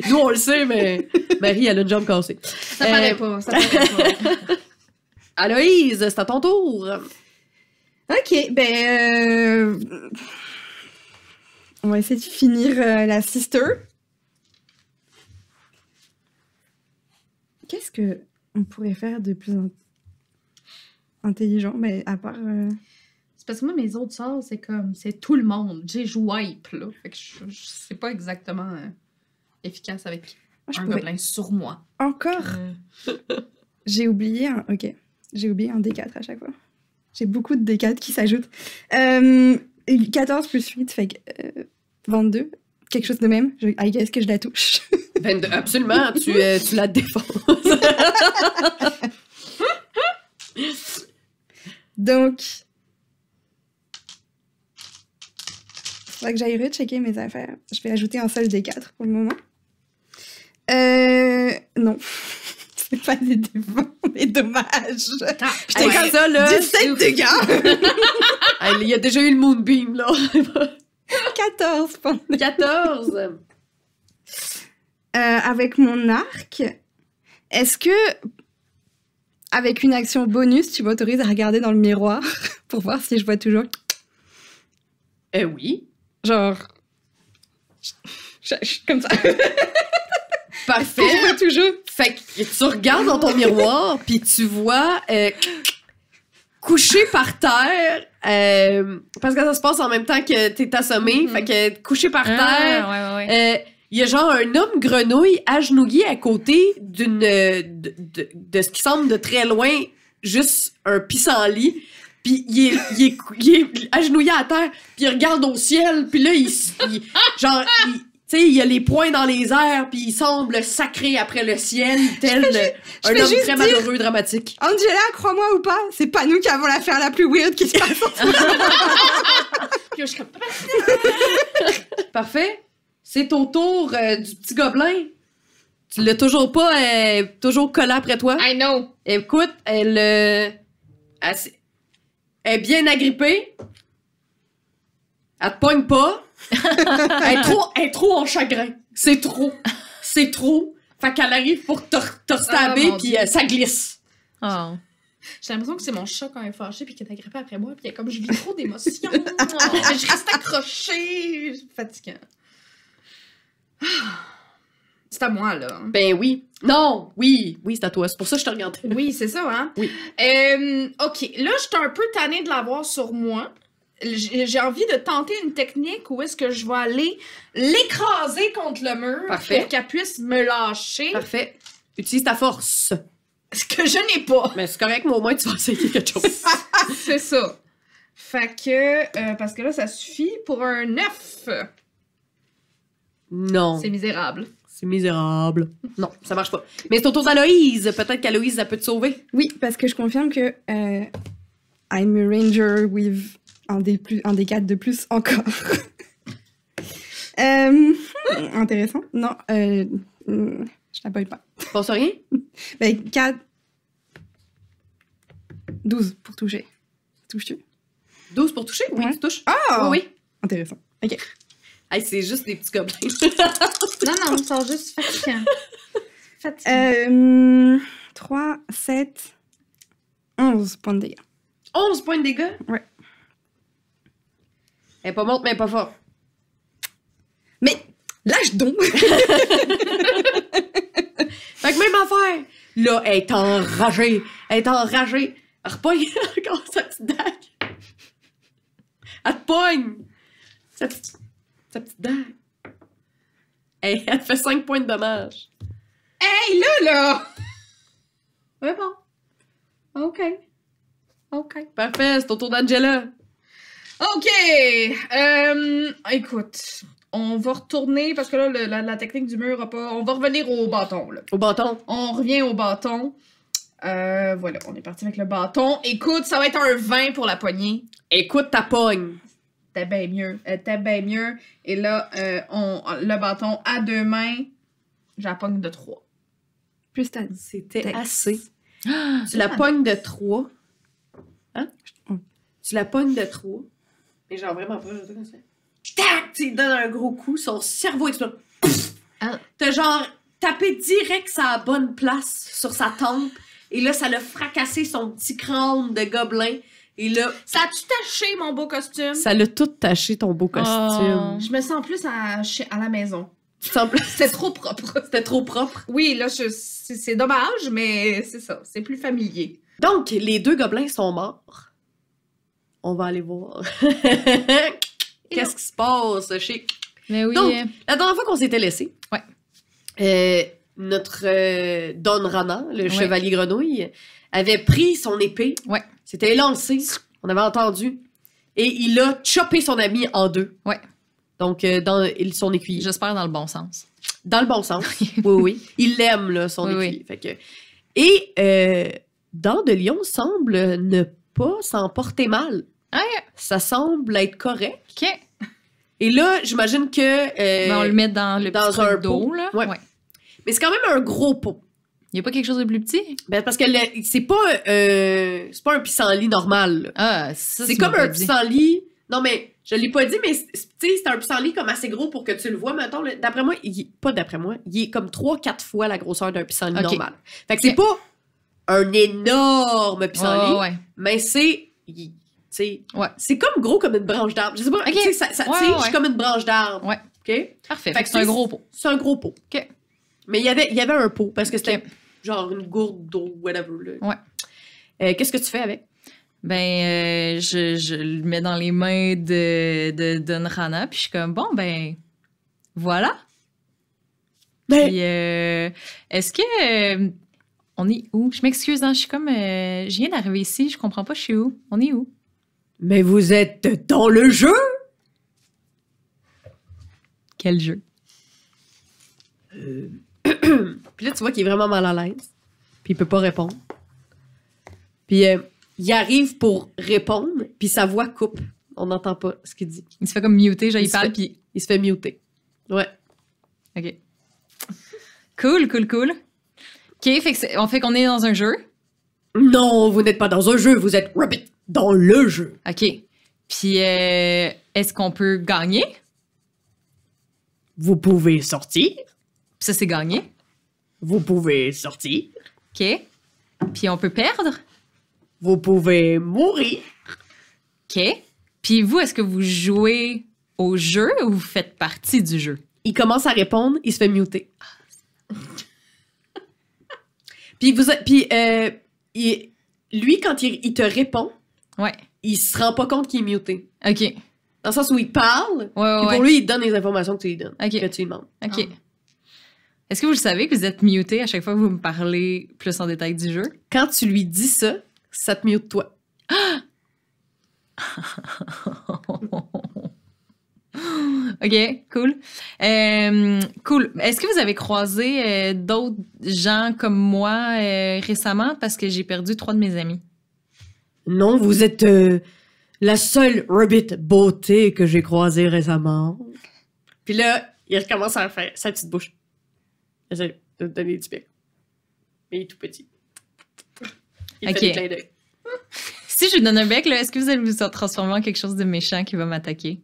[SPEAKER 1] nous on le sait, mais Marie, elle a une jambe cassée.
[SPEAKER 2] Ça
[SPEAKER 1] Euh,
[SPEAKER 2] paraît pas, [laughs] ça paraît pas.
[SPEAKER 1] Aloïse, c'est à ton tour.
[SPEAKER 4] Ok, ben. euh, On va essayer de finir euh, la sister. Qu'est-ce que on pourrait faire de plus in- intelligent, mais à part. euh,
[SPEAKER 2] C'est parce que moi, mes autres sorts, c'est comme, c'est tout le monde. J'ai joué, là. Fait que je, je sais pas exactement euh, efficace avec
[SPEAKER 4] moi, je
[SPEAKER 2] un
[SPEAKER 4] pourrais
[SPEAKER 3] Euh.
[SPEAKER 2] gobelin sur moi.
[SPEAKER 4] encore J'ai oublié un. Ok. J'ai oublié un D4 à chaque fois. J'ai beaucoup de D4 qui s'ajoutent. Euh, 14 plus 8 fait que, euh, 22. Quelque chose de même. Je, I guess que je la touche.
[SPEAKER 1] 22, Ben, absolument, tu, euh, tu la défends.
[SPEAKER 4] Donc. Faudrait que j'aille rechecker mes affaires. Je vais ajouter un seul D4 pour le moment. Euh. Non. [laughs] C'est pas des défauts, [laughs] mais dommage. J'étais
[SPEAKER 1] Hey,
[SPEAKER 4] comme
[SPEAKER 1] ça, là,
[SPEAKER 4] 17 dégâts. [laughs]
[SPEAKER 1] hey, il y a déjà eu le moonbeam, là.
[SPEAKER 4] 14 pendant.
[SPEAKER 1] 14.
[SPEAKER 4] Euh, avec mon arc, est-ce que, avec une action bonus, tu m'autorises à regarder dans le miroir [laughs] pour voir si je vois toujours.
[SPEAKER 1] Eh oui.
[SPEAKER 4] Genre. je- Je, je suis comme ça. [laughs]
[SPEAKER 1] Parfait.
[SPEAKER 4] je vois toujours.
[SPEAKER 1] Fait que tu regardes dans ton miroir, puis tu vois euh, couché par terre, euh, parce que ça se passe en même temps que t'es assommé, fait que couché par terre,
[SPEAKER 3] Ah, ouais, ouais, ouais.
[SPEAKER 1] euh, il y a genre un homme grenouille agenouillé à côté d'une euh, de, de- de ce qui semble de très loin juste un pissenlit. Puis il est, il, est, cou- il est agenouillé à terre, puis il regarde au ciel, puis là, il, s- il- genre, il- tu sais, il a les poings dans les airs, puis il semble sacré après le ciel, tel
[SPEAKER 4] fais ju- je
[SPEAKER 1] un
[SPEAKER 4] fais
[SPEAKER 1] homme
[SPEAKER 4] juste
[SPEAKER 1] très
[SPEAKER 4] dire-
[SPEAKER 1] malheureux,
[SPEAKER 4] [laughs]
[SPEAKER 1] dramatique.
[SPEAKER 4] Angela, crois-moi ou pas, c'est pas nous qui avons l'affaire la plus weird qui se passe.
[SPEAKER 2] Puis je serais pas
[SPEAKER 1] Parfait. C'est au tour euh, du petit gobelin. Tu l'as toujours pas, euh, toujours collé après toi.
[SPEAKER 2] I know.
[SPEAKER 1] Écoute, elle, euh, elle s- elle est bien agrippée. Elle te pogne pas. elle, est trop, elle est trop en chagrin. C'est trop. C'est trop. Fait qu'elle arrive pour te, te restaber,
[SPEAKER 2] mon
[SPEAKER 1] puis
[SPEAKER 2] Dieu.
[SPEAKER 1] euh, ça glisse.
[SPEAKER 3] Oh.
[SPEAKER 2] J'ai l'impression que c'est mon chat quand il est fâché puis qu'il est agrippé après moi. Puis il y a comme je vis trop d'émotions. [laughs] je reste accrochée. Fatigant. Ah. C'est à moi, là.
[SPEAKER 1] Ben oui. Non, oui, oui, c'est à toi. C'est pour ça que je te regardais.
[SPEAKER 2] Oui, c'est ça, hein?
[SPEAKER 1] Oui.
[SPEAKER 2] Euh, OK, là, je suis un peu tannée de l'avoir sur moi. J'ai j'ai envie de tenter une technique où est-ce que je vais aller l'écraser contre le mur
[SPEAKER 1] Parfait.
[SPEAKER 2] pour qu'elle puisse me lâcher,
[SPEAKER 1] Parfait. Utilise ta force.
[SPEAKER 2] ce que je n'ai pas.
[SPEAKER 1] Mais c'est correct, mais au moins tu vas essayer quelque chose.
[SPEAKER 2] C'est ça. Fait que, euh, parce que là, ça suffit pour un 9.
[SPEAKER 1] Non,
[SPEAKER 2] C'est misérable.
[SPEAKER 1] c'est misérable. Non, ça marche pas. Mais c'est au tour d'Aloïse. Peut-être qu'Aloïse, ça peut te sauver.
[SPEAKER 4] Oui, parce que je confirme que euh, I'm a ranger with un des, plus, un des quatre de plus encore. [laughs] Euh, hmm, intéressant. Non, euh, hmm, je n'appelle pas.
[SPEAKER 1] Tu penses à rien?
[SPEAKER 4] Ben, 4... 12 pour toucher. Touches-tu
[SPEAKER 1] 12 pour toucher? Oui,
[SPEAKER 4] Ouais.
[SPEAKER 1] tu touches.
[SPEAKER 4] Ah
[SPEAKER 1] Oui, oui.
[SPEAKER 4] Intéressant.
[SPEAKER 1] Hey, c'est juste des petits gobelins. [laughs]
[SPEAKER 2] Non, non, ça sort juste fatigant. fatigant.
[SPEAKER 4] Euh, 3, 7, 11 points de dégâts.
[SPEAKER 1] 11 points de dégâts?
[SPEAKER 4] Ouais.
[SPEAKER 1] Elle est pas monte, mais elle est pas fort.
[SPEAKER 4] Mais lâche donc
[SPEAKER 1] Fait que même affaire. Là, elle est enragée. Elle est enragée. Elle repogne [laughs] encore sa petite dague. Elle te pogne. Sa petite, sa petite dague. Hey, elle te fait 5 points de dommage.
[SPEAKER 2] Hey, là, là! Ouais, bon. OK. OK.
[SPEAKER 1] Parfait, c'est au tour d'Angela.
[SPEAKER 2] OK! Euh, écoute, on va retourner, parce que là, le- la, la technique du mur a pas... On va revenir au bâton, là.
[SPEAKER 1] Au bâton.
[SPEAKER 2] On revient au bâton. Euh, voilà, on est parti avec le bâton. Écoute, ça va être un 20 pour la poignée.
[SPEAKER 1] Écoute ta pogne.
[SPEAKER 2] T'es bien mieux. Euh, T'es bien mieux. Et là, euh, on, le bâton à deux mains, j'en pogne de 3.
[SPEAKER 4] Plus ta
[SPEAKER 1] C'était
[SPEAKER 4] Dex.
[SPEAKER 1] assez.
[SPEAKER 2] Ah!
[SPEAKER 1] tu la pognes de 3. Hein?
[SPEAKER 2] Oh.
[SPEAKER 4] Mm.
[SPEAKER 1] Tu la pognes de 3. Mais genre vraiment pas, je sais comme ça. Tac! Tu lui donnes un gros coup, son cerveau explose. Pff!
[SPEAKER 2] Ah.
[SPEAKER 1] T'as genre tapé direct sa bonne place sur sa tempe. Et là, ça l'a fracassé son petit crâne de gobelin. Et là,
[SPEAKER 2] Ça a-tu taché mon beau costume?
[SPEAKER 1] ça l'a tout taché ton beau
[SPEAKER 3] costume.
[SPEAKER 2] Je me sens plus à, chez- à la maison.
[SPEAKER 1] C'était
[SPEAKER 2] C'est trop propre.
[SPEAKER 1] trop propre.
[SPEAKER 2] Oui, là, je- c'est c'est dommage, mais c'est ça. C'est plus familier.
[SPEAKER 1] Donc, les deux gobelins sont morts. On va aller voir. [laughs] Qu'est-ce qui se passe chez
[SPEAKER 3] Mais oui.
[SPEAKER 2] hein.
[SPEAKER 1] Donc, La dernière fois qu'on s'était laissé.
[SPEAKER 3] Ouais.
[SPEAKER 1] Euh, notre euh, Don Rana, le
[SPEAKER 3] Ouais.
[SPEAKER 1] chevalier grenouille, avait pris son épée,
[SPEAKER 3] Ouais.
[SPEAKER 1] s'était lancé, on avait entendu, et il a chopé son ami en deux.
[SPEAKER 3] Ouais.
[SPEAKER 1] Donc, euh, dans il- son écuyer.
[SPEAKER 3] J'espère dans le bon sens.
[SPEAKER 1] Dans le bon
[SPEAKER 3] [laughs]
[SPEAKER 1] sens. oui, oui. Il l'aime, là, son
[SPEAKER 3] Oui, oui.
[SPEAKER 1] écuyer. Fait que... Et euh, Dan de Lion semble ne pas s'en porter mal.
[SPEAKER 3] Ah,
[SPEAKER 1] Ça semble être correct.
[SPEAKER 3] OK.
[SPEAKER 1] Et là, j'imagine que. euh,
[SPEAKER 3] Ben, on le met dans le
[SPEAKER 1] dans
[SPEAKER 3] petit
[SPEAKER 1] un
[SPEAKER 3] truc d'eau,
[SPEAKER 1] pot.
[SPEAKER 3] là.
[SPEAKER 1] Ouais. Mais c'est quand même un gros pot.
[SPEAKER 3] Il n'y a pas quelque chose de plus petit?
[SPEAKER 1] Ben, parce que le- c'est pas, euh, c'est pas un pissenlit normal. là.
[SPEAKER 3] Ah, ça,
[SPEAKER 1] C'est
[SPEAKER 3] tu m'as
[SPEAKER 1] comme un
[SPEAKER 3] pas dit.
[SPEAKER 1] pissenlit. Non, mais je l'ai pas dit, mais c'est- c'est- tu sais, c'est un pissenlit comme assez gros pour que tu le vois. Mettons, là. d'après moi, il, est- pas d'après moi, il est comme 3-4 fois la grosseur d'un pissenlit
[SPEAKER 3] Ok.
[SPEAKER 1] normal. Fait que c'est
[SPEAKER 3] Ok.
[SPEAKER 1] pas un énorme pissenlit,
[SPEAKER 3] Ouais, ouais.
[SPEAKER 1] mais c'est. il- tu sais,
[SPEAKER 3] Ouais.
[SPEAKER 1] C'est comme gros comme une branche d'arbre. Je sais pas,
[SPEAKER 3] Ok.
[SPEAKER 1] tu sais, ça, ça
[SPEAKER 3] Ouais,
[SPEAKER 1] tige
[SPEAKER 3] ouais.
[SPEAKER 1] comme une branche d'arbre.
[SPEAKER 3] Ouais.
[SPEAKER 1] OK?
[SPEAKER 3] Parfait.
[SPEAKER 1] Fait
[SPEAKER 3] Fait
[SPEAKER 1] que
[SPEAKER 3] que c'est un
[SPEAKER 1] c'est-
[SPEAKER 3] gros pot.
[SPEAKER 1] C'est un gros pot.
[SPEAKER 3] OK.
[SPEAKER 1] Mais il y avait, il y avait un pot parce que c'était
[SPEAKER 3] OK.
[SPEAKER 1] genre une gourde d'eau, whatever. là.
[SPEAKER 3] Ouais.
[SPEAKER 1] Euh, Qu'est-ce que tu fais avec?
[SPEAKER 3] Ben, euh, je, je le mets dans les mains de, de Don Rana, puis je suis comme, bon, ben, voilà.
[SPEAKER 1] Eh.
[SPEAKER 3] Puis, euh, est-ce que. euh, on est où? Je m'excuse, hein, je suis comme. euh, je viens d'arriver ici, je comprends pas, je suis où? On est où?
[SPEAKER 1] Mais vous êtes dans le jeu!
[SPEAKER 3] Quel jeu?
[SPEAKER 1] Puis là, tu vois qu'il est vraiment mal à l'aise. Puis il peut pas répondre. Puis euh, il arrive pour répondre, puis sa voix coupe. On n'entend pas ce qu'il dit.
[SPEAKER 3] Il se fait comme muter, genre,
[SPEAKER 1] Il
[SPEAKER 3] il,
[SPEAKER 1] se
[SPEAKER 3] parle,
[SPEAKER 1] fait-
[SPEAKER 3] puis.
[SPEAKER 1] Il se fait muter. Ouais.
[SPEAKER 3] OK. Cool, cool, cool. OK, fait que c'est- on fait qu'on est dans un jeu.
[SPEAKER 1] Non, vous n'êtes pas dans un jeu, vous êtes Rabbit dans le jeu.
[SPEAKER 3] OK. Puis, euh, est-ce qu'on peut gagner?
[SPEAKER 1] Vous pouvez sortir,
[SPEAKER 3] Puis ça, c'est gagné.
[SPEAKER 1] vous pouvez sortir,
[SPEAKER 3] OK. Puis on peut perdre.
[SPEAKER 1] vous pouvez mourir.
[SPEAKER 3] OK. Puis vous, est-ce que vous jouez au jeu ou vous faites partie du jeu?
[SPEAKER 1] Il commence à répondre, il se fait muter. [laughs] puis vous, a- puis euh, il- lui, quand il, il te répond,
[SPEAKER 3] Ouais.
[SPEAKER 1] il se rend pas compte qu'il est muté.
[SPEAKER 3] OK. Ouais,
[SPEAKER 1] Dans le sens où il parle,
[SPEAKER 3] ouais,
[SPEAKER 1] puis
[SPEAKER 3] ouais.
[SPEAKER 1] pour lui, Ah. il te donne les informations que tu lui donnes,
[SPEAKER 3] Ok.
[SPEAKER 1] que tu lui demandes.
[SPEAKER 3] OK. Est-ce que vous le savez que vous êtes muté à chaque fois que vous me parlez plus en détail du jeu?
[SPEAKER 1] Quand tu lui dis ça, ça te mute toi.
[SPEAKER 3] OK, cool. Euh, cool. Est-ce que vous avez croisé euh, d'autres gens comme moi euh, récemment parce que j'ai perdu trois de mes amis?
[SPEAKER 1] Non, vous êtes euh, la seule rabbit beauté que j'ai croisée récemment. Puis là, il recommence à faire sa petite bouche. Il essaie de te donner du bec. Mais il est tout petit. Il
[SPEAKER 3] Ok.
[SPEAKER 1] fait des clins d'œil.
[SPEAKER 3] Si je vous donne un bec, là, est-ce que vous allez vous transformer en quelque chose de méchant qui va m'attaquer?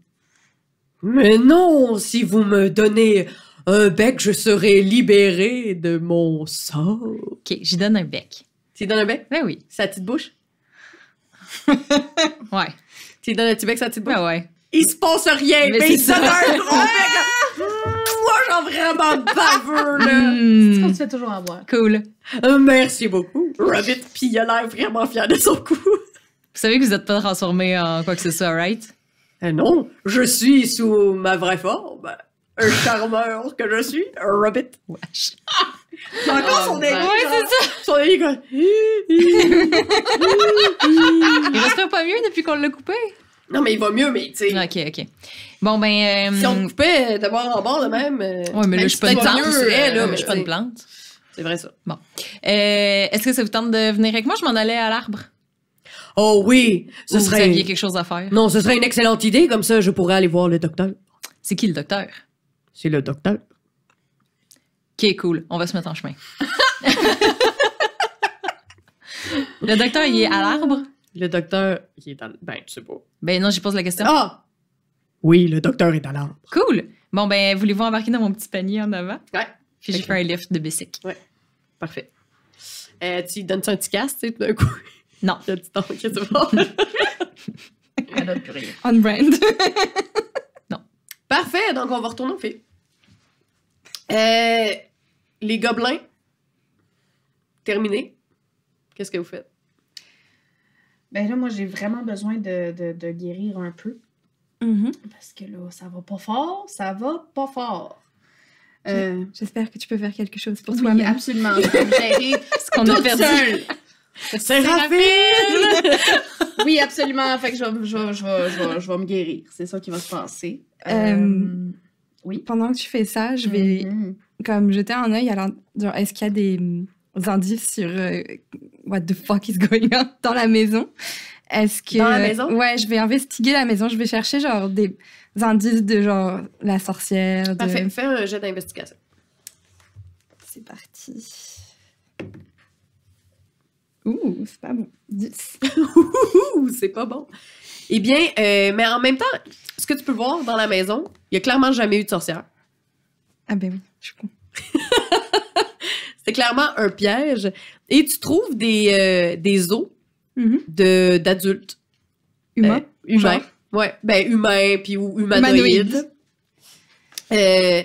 [SPEAKER 1] Mais non, si vous me donnez un bec, je serai libérée de mon sort.
[SPEAKER 3] OK, j'y donne un bec.
[SPEAKER 1] Tu lui donnes un bec?
[SPEAKER 3] Ben oui.
[SPEAKER 1] Sa petite bouche?
[SPEAKER 3] Ouais.
[SPEAKER 1] Tu lui donnes un petit bec, sa petite bouche?
[SPEAKER 3] Ben ouais.
[SPEAKER 1] Il se passe rien, mais,
[SPEAKER 3] Mais
[SPEAKER 1] il se
[SPEAKER 3] c'est
[SPEAKER 1] donne
[SPEAKER 3] ça.
[SPEAKER 1] un gros bec.
[SPEAKER 3] [laughs]
[SPEAKER 1] Moi, j'en vraiment baveux, là.
[SPEAKER 2] C'est ce qu'on
[SPEAKER 3] Hmm,
[SPEAKER 2] se fait toujours avoir.
[SPEAKER 3] cool. Vous
[SPEAKER 1] Euh, Merci beaucoup. Rabbit, puis il a l'air vraiment fier de son coup. [laughs]
[SPEAKER 3] savez que vous n'êtes pas transformé en quoi que ce soit, right?
[SPEAKER 1] Euh, non, je suis sous ma vraie forme. Un charmeur que je suis, Rabbit.
[SPEAKER 3] Wesh.
[SPEAKER 1] C'est Encore son
[SPEAKER 2] Oh,
[SPEAKER 1] délire.
[SPEAKER 2] ben.
[SPEAKER 3] Ouais,
[SPEAKER 1] genre, Son délire, quoi.
[SPEAKER 3] Il respire pas mieux depuis qu'on l'a coupé.
[SPEAKER 1] [laughs] Non, mais il va mieux, mais tu sais.
[SPEAKER 3] Ok, ok. Bon, ben. euh,
[SPEAKER 1] Si on le coupait d'abord en bord de même. euh,
[SPEAKER 3] Ouais, mais
[SPEAKER 1] même
[SPEAKER 3] là, je
[SPEAKER 1] si
[SPEAKER 3] suis pas une
[SPEAKER 1] tu vas
[SPEAKER 3] plante.
[SPEAKER 1] mieux, euh,
[SPEAKER 3] là, mais
[SPEAKER 1] mais
[SPEAKER 3] je suis pas une
[SPEAKER 1] tu sais,
[SPEAKER 3] plante.
[SPEAKER 1] C'est vrai, ça.
[SPEAKER 3] Euh, Est-ce que ça vous tente de venir avec moi? Je m'en allais à l'arbre.
[SPEAKER 1] Oh oui,
[SPEAKER 3] Ou Vous aviez quelque chose à faire.
[SPEAKER 1] Non, ce serait une excellente idée, comme ça je pourrais aller voir le docteur.
[SPEAKER 3] C'est qui le docteur?
[SPEAKER 1] C'est le docteur.
[SPEAKER 3] Qui est cool. On va se mettre en chemin. le docteur, il est à l'arbre?
[SPEAKER 1] Le docteur, il est dans le... Ben, tu sais pas.
[SPEAKER 3] Ben non, j'y pose la question.
[SPEAKER 1] Ah! Oui, le docteur est à l'arbre.
[SPEAKER 3] Cool! Bon, ben, voulez-vous embarquer dans mon petit panier en avant?
[SPEAKER 1] Oh! Ouais.
[SPEAKER 3] Puis j'ai
[SPEAKER 1] Ok.
[SPEAKER 3] fait un lift de bicycle.
[SPEAKER 1] Parfait. Euh, tu lui donnes un petit casque, tu sais, tout d'un
[SPEAKER 2] [laughs]
[SPEAKER 1] coup?
[SPEAKER 3] Non.
[SPEAKER 1] Il a dit, non, qu'est-ce que tu vas faire?
[SPEAKER 2] Elle a plus rien.
[SPEAKER 4] On brand.
[SPEAKER 1] Parfait, donc on va retourner au fil. Euh, les gobelins, terminé. Qu'est-ce que vous faites?
[SPEAKER 2] Ben là, moi, j'ai vraiment besoin de, de, de guérir
[SPEAKER 1] Mhm.
[SPEAKER 2] un peu. Parce que là, ça va pas fort, ça va pas fort. Euh,
[SPEAKER 4] J'espère que tu peux faire quelque chose pour
[SPEAKER 2] oui,
[SPEAKER 4] toi-même.
[SPEAKER 2] absolument. Je vais me [laughs] gérer
[SPEAKER 3] Ce qu'on a
[SPEAKER 2] toute
[SPEAKER 3] perdu.
[SPEAKER 2] seule.
[SPEAKER 1] C'est rapide!
[SPEAKER 2] [laughs] Oui, absolument. Fait que je vais, je vais- je vais- je vais- je vais me guérir. C'est ça qui va se passer.
[SPEAKER 4] Euh,
[SPEAKER 2] oui.
[SPEAKER 4] Pendant que tu fais ça, je vais
[SPEAKER 2] Mhm.
[SPEAKER 4] comme jeter un œil à l'in- genre, est-ce qu'il y a des mm, indices sur euh, what the fuck is going on [laughs] dans la maison est-ce que
[SPEAKER 1] Dans la maison?
[SPEAKER 4] ouais je vais investiguer la maison je vais chercher genre des indices de genre la sorcière de-
[SPEAKER 1] Parfait, fais un jet d'investigation.
[SPEAKER 4] c'est parti ouh c'est pas bon 10
[SPEAKER 1] Ouh, c'est pas bon. Eh bien, euh, mais en même temps, ce que tu peux voir dans la maison, il y a clairement jamais eu de sorcière.
[SPEAKER 4] ah ben oui je suis con
[SPEAKER 1] C'est clairement un piège. Et tu trouves des, euh, des os Mhm. de- d'adultes.
[SPEAKER 4] humain
[SPEAKER 1] Euh, humains. Ouais, ben humains, puis ou humanoïdes.
[SPEAKER 4] Humanoïdes.
[SPEAKER 1] Euh,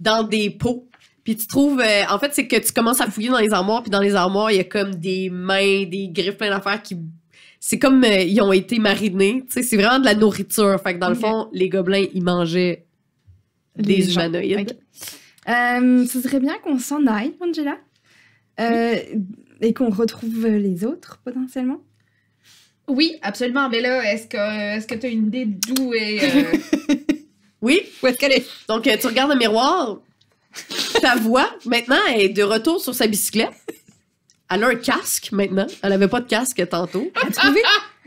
[SPEAKER 1] dans des pots. Puis tu trouves, euh, en fait, c'est que tu commences à fouiller dans les armoires, puis dans les armoires, il y a comme des mains, des griffes, plein d'affaires qui. C'est comme euh, ils ont été marinés. Tu sais, c'est vraiment de la nourriture. Fait que dans le
[SPEAKER 4] Ok.
[SPEAKER 1] fond, les gobelins, ils mangeaient Euh, des
[SPEAKER 4] Les gens.
[SPEAKER 1] humanoïdes.
[SPEAKER 4] Ok. Euh, ce serait bien qu'on s'en aille Angela Euh, et qu'on retrouve les autres potentiellement
[SPEAKER 2] Oui, absolument. Mais là, est-ce que est-ce que tu as une idée d'où est. euh,
[SPEAKER 1] Oui,
[SPEAKER 4] où est-ce qu'elle est
[SPEAKER 1] Donc, euh, tu regardes le miroir, ta voix, maintenant, elle est de retour sur sa bicyclette. Elle a un casque maintenant. Elle avait pas de casque tantôt.
[SPEAKER 4] Elle a
[SPEAKER 3] [laughs]
[SPEAKER 4] trouvé,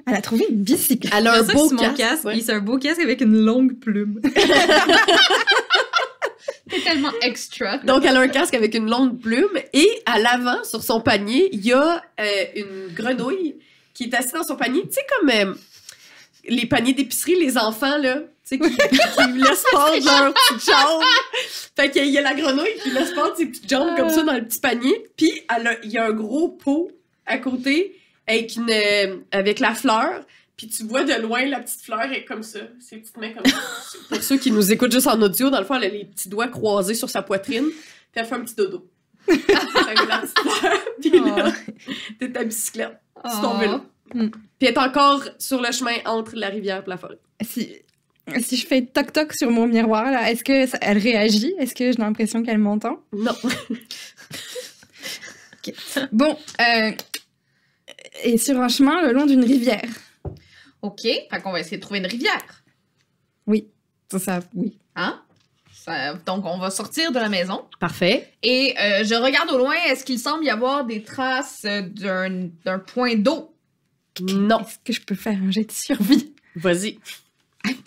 [SPEAKER 4] elle a trouvé une bicyclette.
[SPEAKER 1] Elle a un
[SPEAKER 3] C'est pour
[SPEAKER 1] beau
[SPEAKER 3] ça que c'est mon
[SPEAKER 1] casque.
[SPEAKER 3] casque.
[SPEAKER 1] ouais.
[SPEAKER 3] puis C'est un beau casque avec une longue plume. [laughs]
[SPEAKER 2] T'es tellement extra.
[SPEAKER 1] [laughs] Donc, elle a un casque avec une longue plume. Et à l'avant, sur son panier, il y a euh, une grenouille qui est assise dans son panier. Tu sais, comme euh, les paniers d'épicerie, les enfants, là, tu sais, qui, qui laissent pendre leurs petites jambes. Fait qu'il y a la grenouille qui laisse pendre ses petites jambes comme ça dans le petit panier. Puis, elle a- il y a un gros pot à côté avec, une, euh, avec la fleur. Puis tu vois de loin la petite fleur est comme ça, ses petites mains comme ça. Pour ceux qui nous écoutent juste en audio, dans le fond, elle a les petits doigts croisés sur sa poitrine, puis elle fait un petit dodo. Fait que la petite fleur, puis là, t'es ta bicyclette,
[SPEAKER 3] Ah.
[SPEAKER 1] tu tombes là.
[SPEAKER 4] Mm.
[SPEAKER 1] Puis elle est encore sur le chemin entre la rivière et la forêt.
[SPEAKER 4] Si, si je fais toc toc sur mon miroir, là, est-ce que ça- elle réagit Est-ce que j'ai l'impression qu'elle m'entend
[SPEAKER 1] Non.
[SPEAKER 4] Bon, euh, et sur un chemin le long d'une rivière.
[SPEAKER 2] OK. Fait qu'on va essayer de trouver une rivière.
[SPEAKER 4] Ça, ça, oui.
[SPEAKER 2] Hein? Ça- donc, on va sortir de la maison.
[SPEAKER 1] Parfait.
[SPEAKER 2] Et euh, je regarde au loin, est-ce qu'il semble y avoir des traces euh, d'un d'un point d'eau?
[SPEAKER 1] Non.
[SPEAKER 4] Est-ce que je peux faire un jet de survie [laughs]
[SPEAKER 1] Vas-y.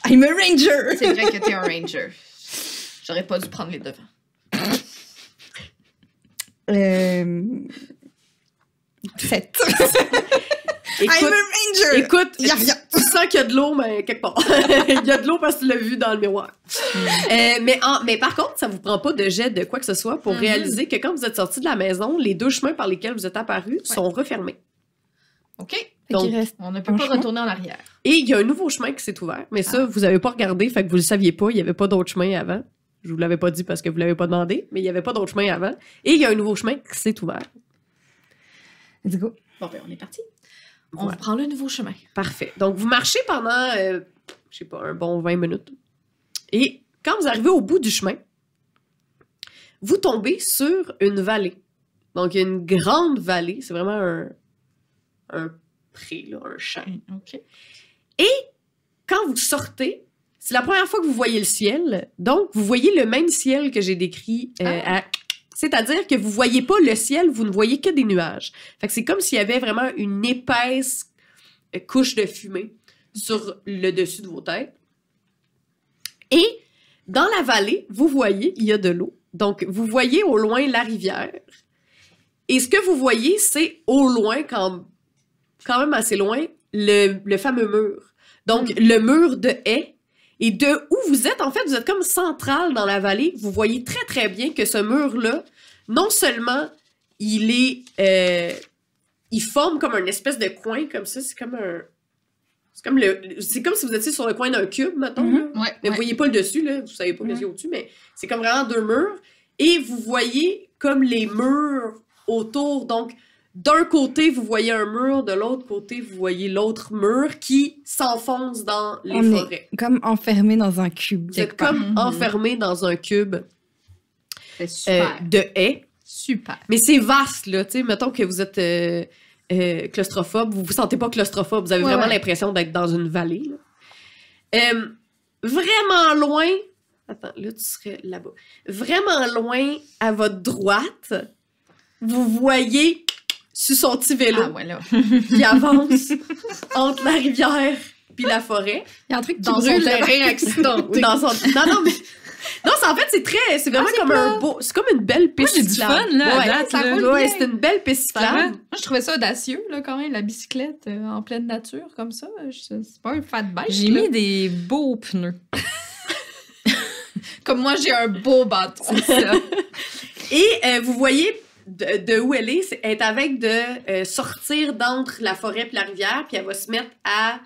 [SPEAKER 4] I'm a ranger.
[SPEAKER 2] C'est vrai que t'es un ranger. J'aurais pas dû prendre les devants.
[SPEAKER 4] Euh... 7.
[SPEAKER 1] Écoute,
[SPEAKER 4] ranger.
[SPEAKER 1] écoute
[SPEAKER 4] Y a rien.
[SPEAKER 1] [laughs] tu sens qu'il y a de l'eau, mais quelque part. [laughs] Il y a de l'eau parce que tu l'as vu dans le miroir. Euh, mais, en- mais par contre, ça vous prend pas de jet de quoi que ce soit pour
[SPEAKER 2] Mhm.
[SPEAKER 1] réaliser que quand vous êtes sorti de la maison, les deux chemins par lesquels vous êtes apparus sont refermés.
[SPEAKER 2] OK?
[SPEAKER 1] Donc,
[SPEAKER 4] il reste
[SPEAKER 2] On ne peut
[SPEAKER 4] Un
[SPEAKER 2] pas
[SPEAKER 4] chemin?
[SPEAKER 2] retourner en arrière.
[SPEAKER 1] Et il y a un nouveau chemin qui s'est ouvert, mais ça, vous avez pas regardé, fait que vous le saviez pas, il y avait pas d'autre chemin avant. Je vous l'avais pas dit parce que vous l'avez pas demandé, mais il y avait pas d'autre chemin avant. Et il y a un nouveau chemin qui s'est ouvert.
[SPEAKER 4] Let's go.
[SPEAKER 2] Bon, ben, on est parti. On
[SPEAKER 1] Voilà.
[SPEAKER 2] prend le nouveau chemin.
[SPEAKER 1] Parfait. Donc, vous marchez pendant, euh, je sais pas, un bon 20 minutes. Et quand vous arrivez au bout du chemin, vous tombez sur une vallée. Donc, il y a une grande vallée. C'est vraiment un, un pré, là, un champ.
[SPEAKER 2] OK.
[SPEAKER 1] quand vous sortez, c'est la première fois que vous voyez le ciel. Donc, vous voyez le même ciel que j'ai décrit. euh,
[SPEAKER 2] Ah.
[SPEAKER 1] à- C'est-à-dire que vous voyez pas le ciel, vous ne voyez que des nuages. Fait que c'est comme s'il y avait vraiment une épaisse euh, couche de fumée sur le dessus de vos têtes. Et dans la vallée, vous voyez, il y a de l'eau. Donc, vous voyez au loin la rivière. Et ce que vous voyez, c'est au loin, quand, quand même assez loin, le, le fameux mur. Donc, le mur de haie. Et de où vous êtes, en fait, vous êtes comme central dans la vallée. Vous voyez très, très bien que ce mur-là, non seulement il est. euh, il forme comme une espèce de coin, comme ça. C'est comme un. C'est comme, le, c'est comme si vous étiez sur le coin d'un cube, mettons.
[SPEAKER 4] Mhm.
[SPEAKER 1] là.
[SPEAKER 2] Ouais.
[SPEAKER 1] Mais
[SPEAKER 2] ouais.
[SPEAKER 1] vous voyez pas le dessus, là. Vous savez pas
[SPEAKER 4] Mhm.
[SPEAKER 1] qu'est-ce qu'il y a au-dessus, mais c'est comme vraiment deux murs. Et vous voyez comme les murs autour. Donc, d'un côté, vous voyez un mur, de l'autre côté, vous voyez l'autre mur qui s'enfonce dans les
[SPEAKER 4] On est Mhm.
[SPEAKER 1] forêts.
[SPEAKER 4] Comme enfermé dans un cube.
[SPEAKER 1] Vous êtes
[SPEAKER 4] quelque part.
[SPEAKER 1] comme
[SPEAKER 2] Mhm.
[SPEAKER 1] enfermé dans un cube.
[SPEAKER 2] C'est super.
[SPEAKER 1] euh, de haies.
[SPEAKER 3] Super.
[SPEAKER 1] Mais c'est vaste, là. Tu sais, mettons que vous êtes euh, euh, claustrophobe, vous vous sentez pas claustrophobe, vous avez
[SPEAKER 2] Ouais,
[SPEAKER 1] vraiment
[SPEAKER 2] ouais.
[SPEAKER 1] l'impression d'être dans une vallée. là. Euh, vraiment loin. Attends, là, tu serais là-bas. Vraiment loin à votre droite, vous voyez sur son petit vélo
[SPEAKER 2] Ah ouais, là. [laughs]
[SPEAKER 1] qui avance entre la rivière puis la forêt
[SPEAKER 4] Il y a un truc qui
[SPEAKER 1] dans son
[SPEAKER 4] brûle.
[SPEAKER 1] terrain accident ou [laughs] dans son non non mais non c'est en fait c'est très Ah, c'est vraiment comme un beau c'est comme une belle piste
[SPEAKER 3] j'ai du
[SPEAKER 1] cyclable.
[SPEAKER 3] fun, là, à
[SPEAKER 1] ouais,
[SPEAKER 3] date,
[SPEAKER 1] ça
[SPEAKER 3] là.
[SPEAKER 1] roule ouais, c'est une belle piste cyclable
[SPEAKER 2] Moi, je trouvais ça audacieux, là, quand même, la bicyclette euh, en pleine nature, comme ça. Je- C'est pas un fat bike.
[SPEAKER 3] J'ai
[SPEAKER 2] là.
[SPEAKER 3] mis des beaux pneus.
[SPEAKER 2] Comme moi, j'ai un beau bâton. [laughs]
[SPEAKER 1] et euh, vous voyez de, de où elle est c'est- elle est avec de euh, sortir d'entre la forêt puis la rivière puis elle va se mettre à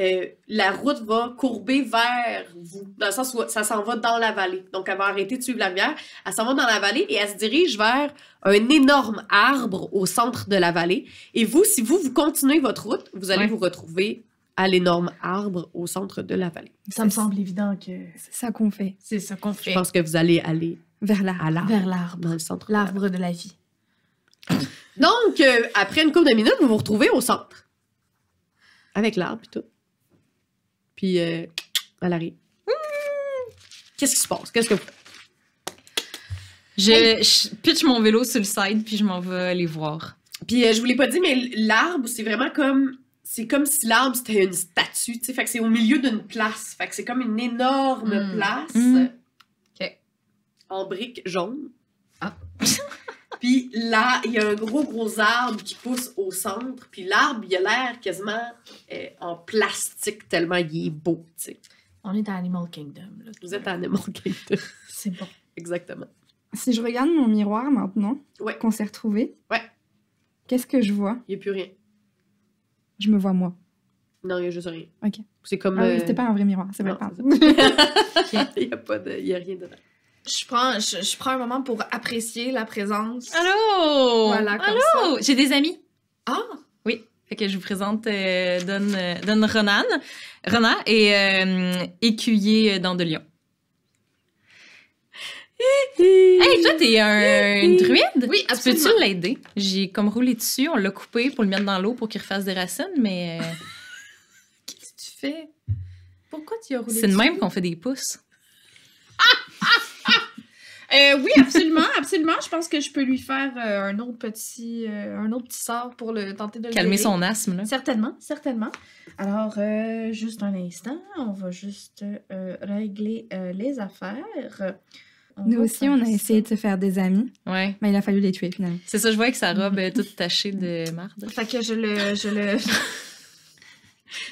[SPEAKER 1] euh, la route va courber vers vous, dans le sens où ça s'en va dans la vallée. Donc, elle va arrêter de suivre la rivière. Elle s'en va dans la vallée et elle se dirige vers un énorme arbre au centre de la vallée. Et vous, si vous, vous continuez votre route, vous allez
[SPEAKER 3] Ouais.
[SPEAKER 1] vous retrouver à l'énorme arbre au centre de la vallée.
[SPEAKER 2] Ça me semble évident que
[SPEAKER 4] C'est ça qu'on fait.
[SPEAKER 2] c'est ça qu'on
[SPEAKER 1] Je
[SPEAKER 2] fait.
[SPEAKER 1] pense que vous allez aller
[SPEAKER 4] Vers là.
[SPEAKER 1] à l'arbre,
[SPEAKER 2] Vers l'arbre.
[SPEAKER 1] dans le centre. de la
[SPEAKER 2] L'arbre de la vie.
[SPEAKER 1] vallée. [coughs] Donc, euh, après une couple de minutes, vous vous retrouvez au centre. Avec l'arbre et tout. Puis, euh, elle arrive.
[SPEAKER 2] Mmh.
[SPEAKER 1] Qu'est-ce qui se passe? Qu'est-ce que vous
[SPEAKER 3] Je, je pitch mon vélo sur le side, puis je m'en vais les voir.
[SPEAKER 1] Puis euh, je vous l'ai pas dit, mais l'arbre, c'est vraiment comme. C'est comme si l'arbre, c'était une statue, tu sais. Fait que c'est au milieu d'une place. Fait que c'est comme une énorme
[SPEAKER 2] Mm.
[SPEAKER 1] place.
[SPEAKER 3] Mm.
[SPEAKER 2] Ok.
[SPEAKER 1] En briques jaunes.
[SPEAKER 2] Ah.
[SPEAKER 1] [laughs] puis là, il y a un gros, gros arbre qui pousse au centre. Puis l'arbre, il a l'air quasiment euh, en plastique, tellement il est beau, tu sais.
[SPEAKER 2] On est à Animal Kingdom. Là.
[SPEAKER 1] Vous êtes à Animal [laughs] Kingdom.
[SPEAKER 2] C'est bon.
[SPEAKER 1] Exactement.
[SPEAKER 4] Si je regarde mon miroir maintenant,
[SPEAKER 1] Ouais.
[SPEAKER 4] qu'on s'est retrouvé,
[SPEAKER 1] Ouais.
[SPEAKER 4] qu'est-ce que je vois
[SPEAKER 1] Il n'y a plus rien.
[SPEAKER 4] Je me vois moi.
[SPEAKER 1] Non, il n'y a juste rien.
[SPEAKER 4] Ok.
[SPEAKER 1] C'est comme.
[SPEAKER 4] Ah oui,
[SPEAKER 1] euh,
[SPEAKER 4] c'était pas un vrai miroir, c'est
[SPEAKER 1] non,
[SPEAKER 4] vrai.
[SPEAKER 1] c'est
[SPEAKER 4] pardon.
[SPEAKER 3] [laughs]
[SPEAKER 1] ça. Il n'y a, pas de- il y a rien dedans.
[SPEAKER 2] Je prends, je, je prends un moment pour apprécier la présence.
[SPEAKER 3] Allô!
[SPEAKER 2] Voilà, comme
[SPEAKER 3] Allô! J'ai des amis.
[SPEAKER 2] Ah!
[SPEAKER 3] Fait que je vous présente euh, Don, euh, Don Ronan. Ronan est euh, écuyer dans de Lyon. Hey, toi, t'es un une druide?
[SPEAKER 2] Oui,
[SPEAKER 3] Tu
[SPEAKER 2] absolument.
[SPEAKER 3] Peux-tu l'aider? J'ai comme roulé dessus, on l'a coupé pour le mettre dans l'eau pour qu'il refasse des racines, mais euh,
[SPEAKER 2] Qu'est-ce que tu fais? Pourquoi tu as roulé
[SPEAKER 3] c'est de
[SPEAKER 2] dessus?
[SPEAKER 3] même qu'on fait des pouces.
[SPEAKER 2] Euh, oui, absolument, [laughs] absolument. Je pense que je peux lui faire euh, un autre petit, euh, un autre petit sort pour le tenter de le
[SPEAKER 3] Calmer
[SPEAKER 2] guérir.
[SPEAKER 3] son asthme, là.
[SPEAKER 2] Certainement, certainement. Alors, euh, juste un instant, on va juste euh, régler euh, les affaires. On
[SPEAKER 4] Nous
[SPEAKER 2] va
[SPEAKER 4] aussi,
[SPEAKER 2] faire
[SPEAKER 4] on a
[SPEAKER 2] ça.
[SPEAKER 4] essayé de se faire des amis,
[SPEAKER 3] Ouais.
[SPEAKER 4] mais il a fallu les tuer finalement.
[SPEAKER 3] C'est ça, je vois avec sa robe euh, toute tachée de marde.
[SPEAKER 2] Fait que je le, je [laughs] le.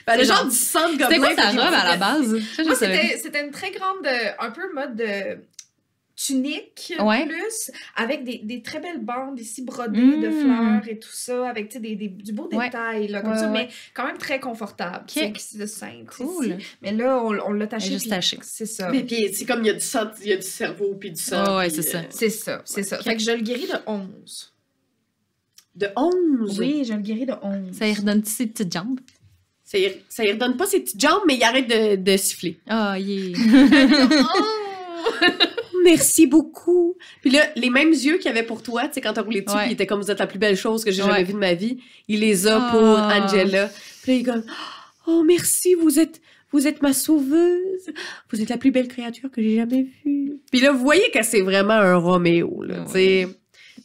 [SPEAKER 1] Ben, le
[SPEAKER 2] C'est
[SPEAKER 1] genre
[SPEAKER 2] genre-
[SPEAKER 1] du sang de
[SPEAKER 3] C'était
[SPEAKER 1] gobelin,
[SPEAKER 3] quoi ta
[SPEAKER 1] faut que
[SPEAKER 3] robe à la
[SPEAKER 1] je-
[SPEAKER 3] base? Ça, je
[SPEAKER 2] Moi,
[SPEAKER 3] savais
[SPEAKER 2] c'était c'était une très grande, euh, un peu mode de tunique
[SPEAKER 3] Ouais.
[SPEAKER 2] plus, avec des, des très belles bandes ici [laughs] brodées
[SPEAKER 3] Mm.
[SPEAKER 2] de fleurs et tout ça, avec tu sais, des, des- du beau
[SPEAKER 3] Ouais.
[SPEAKER 2] détail, là, comme
[SPEAKER 3] Ouais,
[SPEAKER 2] ça,
[SPEAKER 3] ouais.
[SPEAKER 2] mais quand même très confortable. tu sais, qui se scinde, tu sais,
[SPEAKER 3] Cool.
[SPEAKER 2] ici. Mais là, on, on l'a taché.
[SPEAKER 3] Elle est juste
[SPEAKER 2] puis
[SPEAKER 3] tachée.
[SPEAKER 2] C'est ça.
[SPEAKER 1] Mais puis c'est comme il y a du sang, il y a du cerveau puis du sang.
[SPEAKER 3] Ah ouais,
[SPEAKER 1] puis,
[SPEAKER 3] c'est ça.
[SPEAKER 1] euh,
[SPEAKER 2] C'est ça, c'est ça. Fait que je le guéris de 11.
[SPEAKER 1] de 11.
[SPEAKER 2] Oui, je le guéris de 11.
[SPEAKER 3] Ça lui redonne ses petites jambes.
[SPEAKER 1] Ça y, ça y redonne pas ses petites jambes, mais il arrête de, de siffler.
[SPEAKER 3] Ah, [laughs] yeah.
[SPEAKER 1] Merci beaucoup. Puis là, les mêmes yeux qu'il avait pour toi, tu sais, quand t'as roulé dessus,
[SPEAKER 3] Ouais.
[SPEAKER 1] puis il était comme vous êtes la plus belle chose que j'ai jamais
[SPEAKER 3] Ouais.
[SPEAKER 1] vue de ma vie. Il les a
[SPEAKER 3] Ah.
[SPEAKER 1] pour Angela. Puis là, il est comme Oh merci, vous êtes vous êtes ma sauveuse. Vous êtes la plus belle créature que j'ai jamais vue. Puis là, vous voyez que c'est vraiment un Roméo, là, tu sais.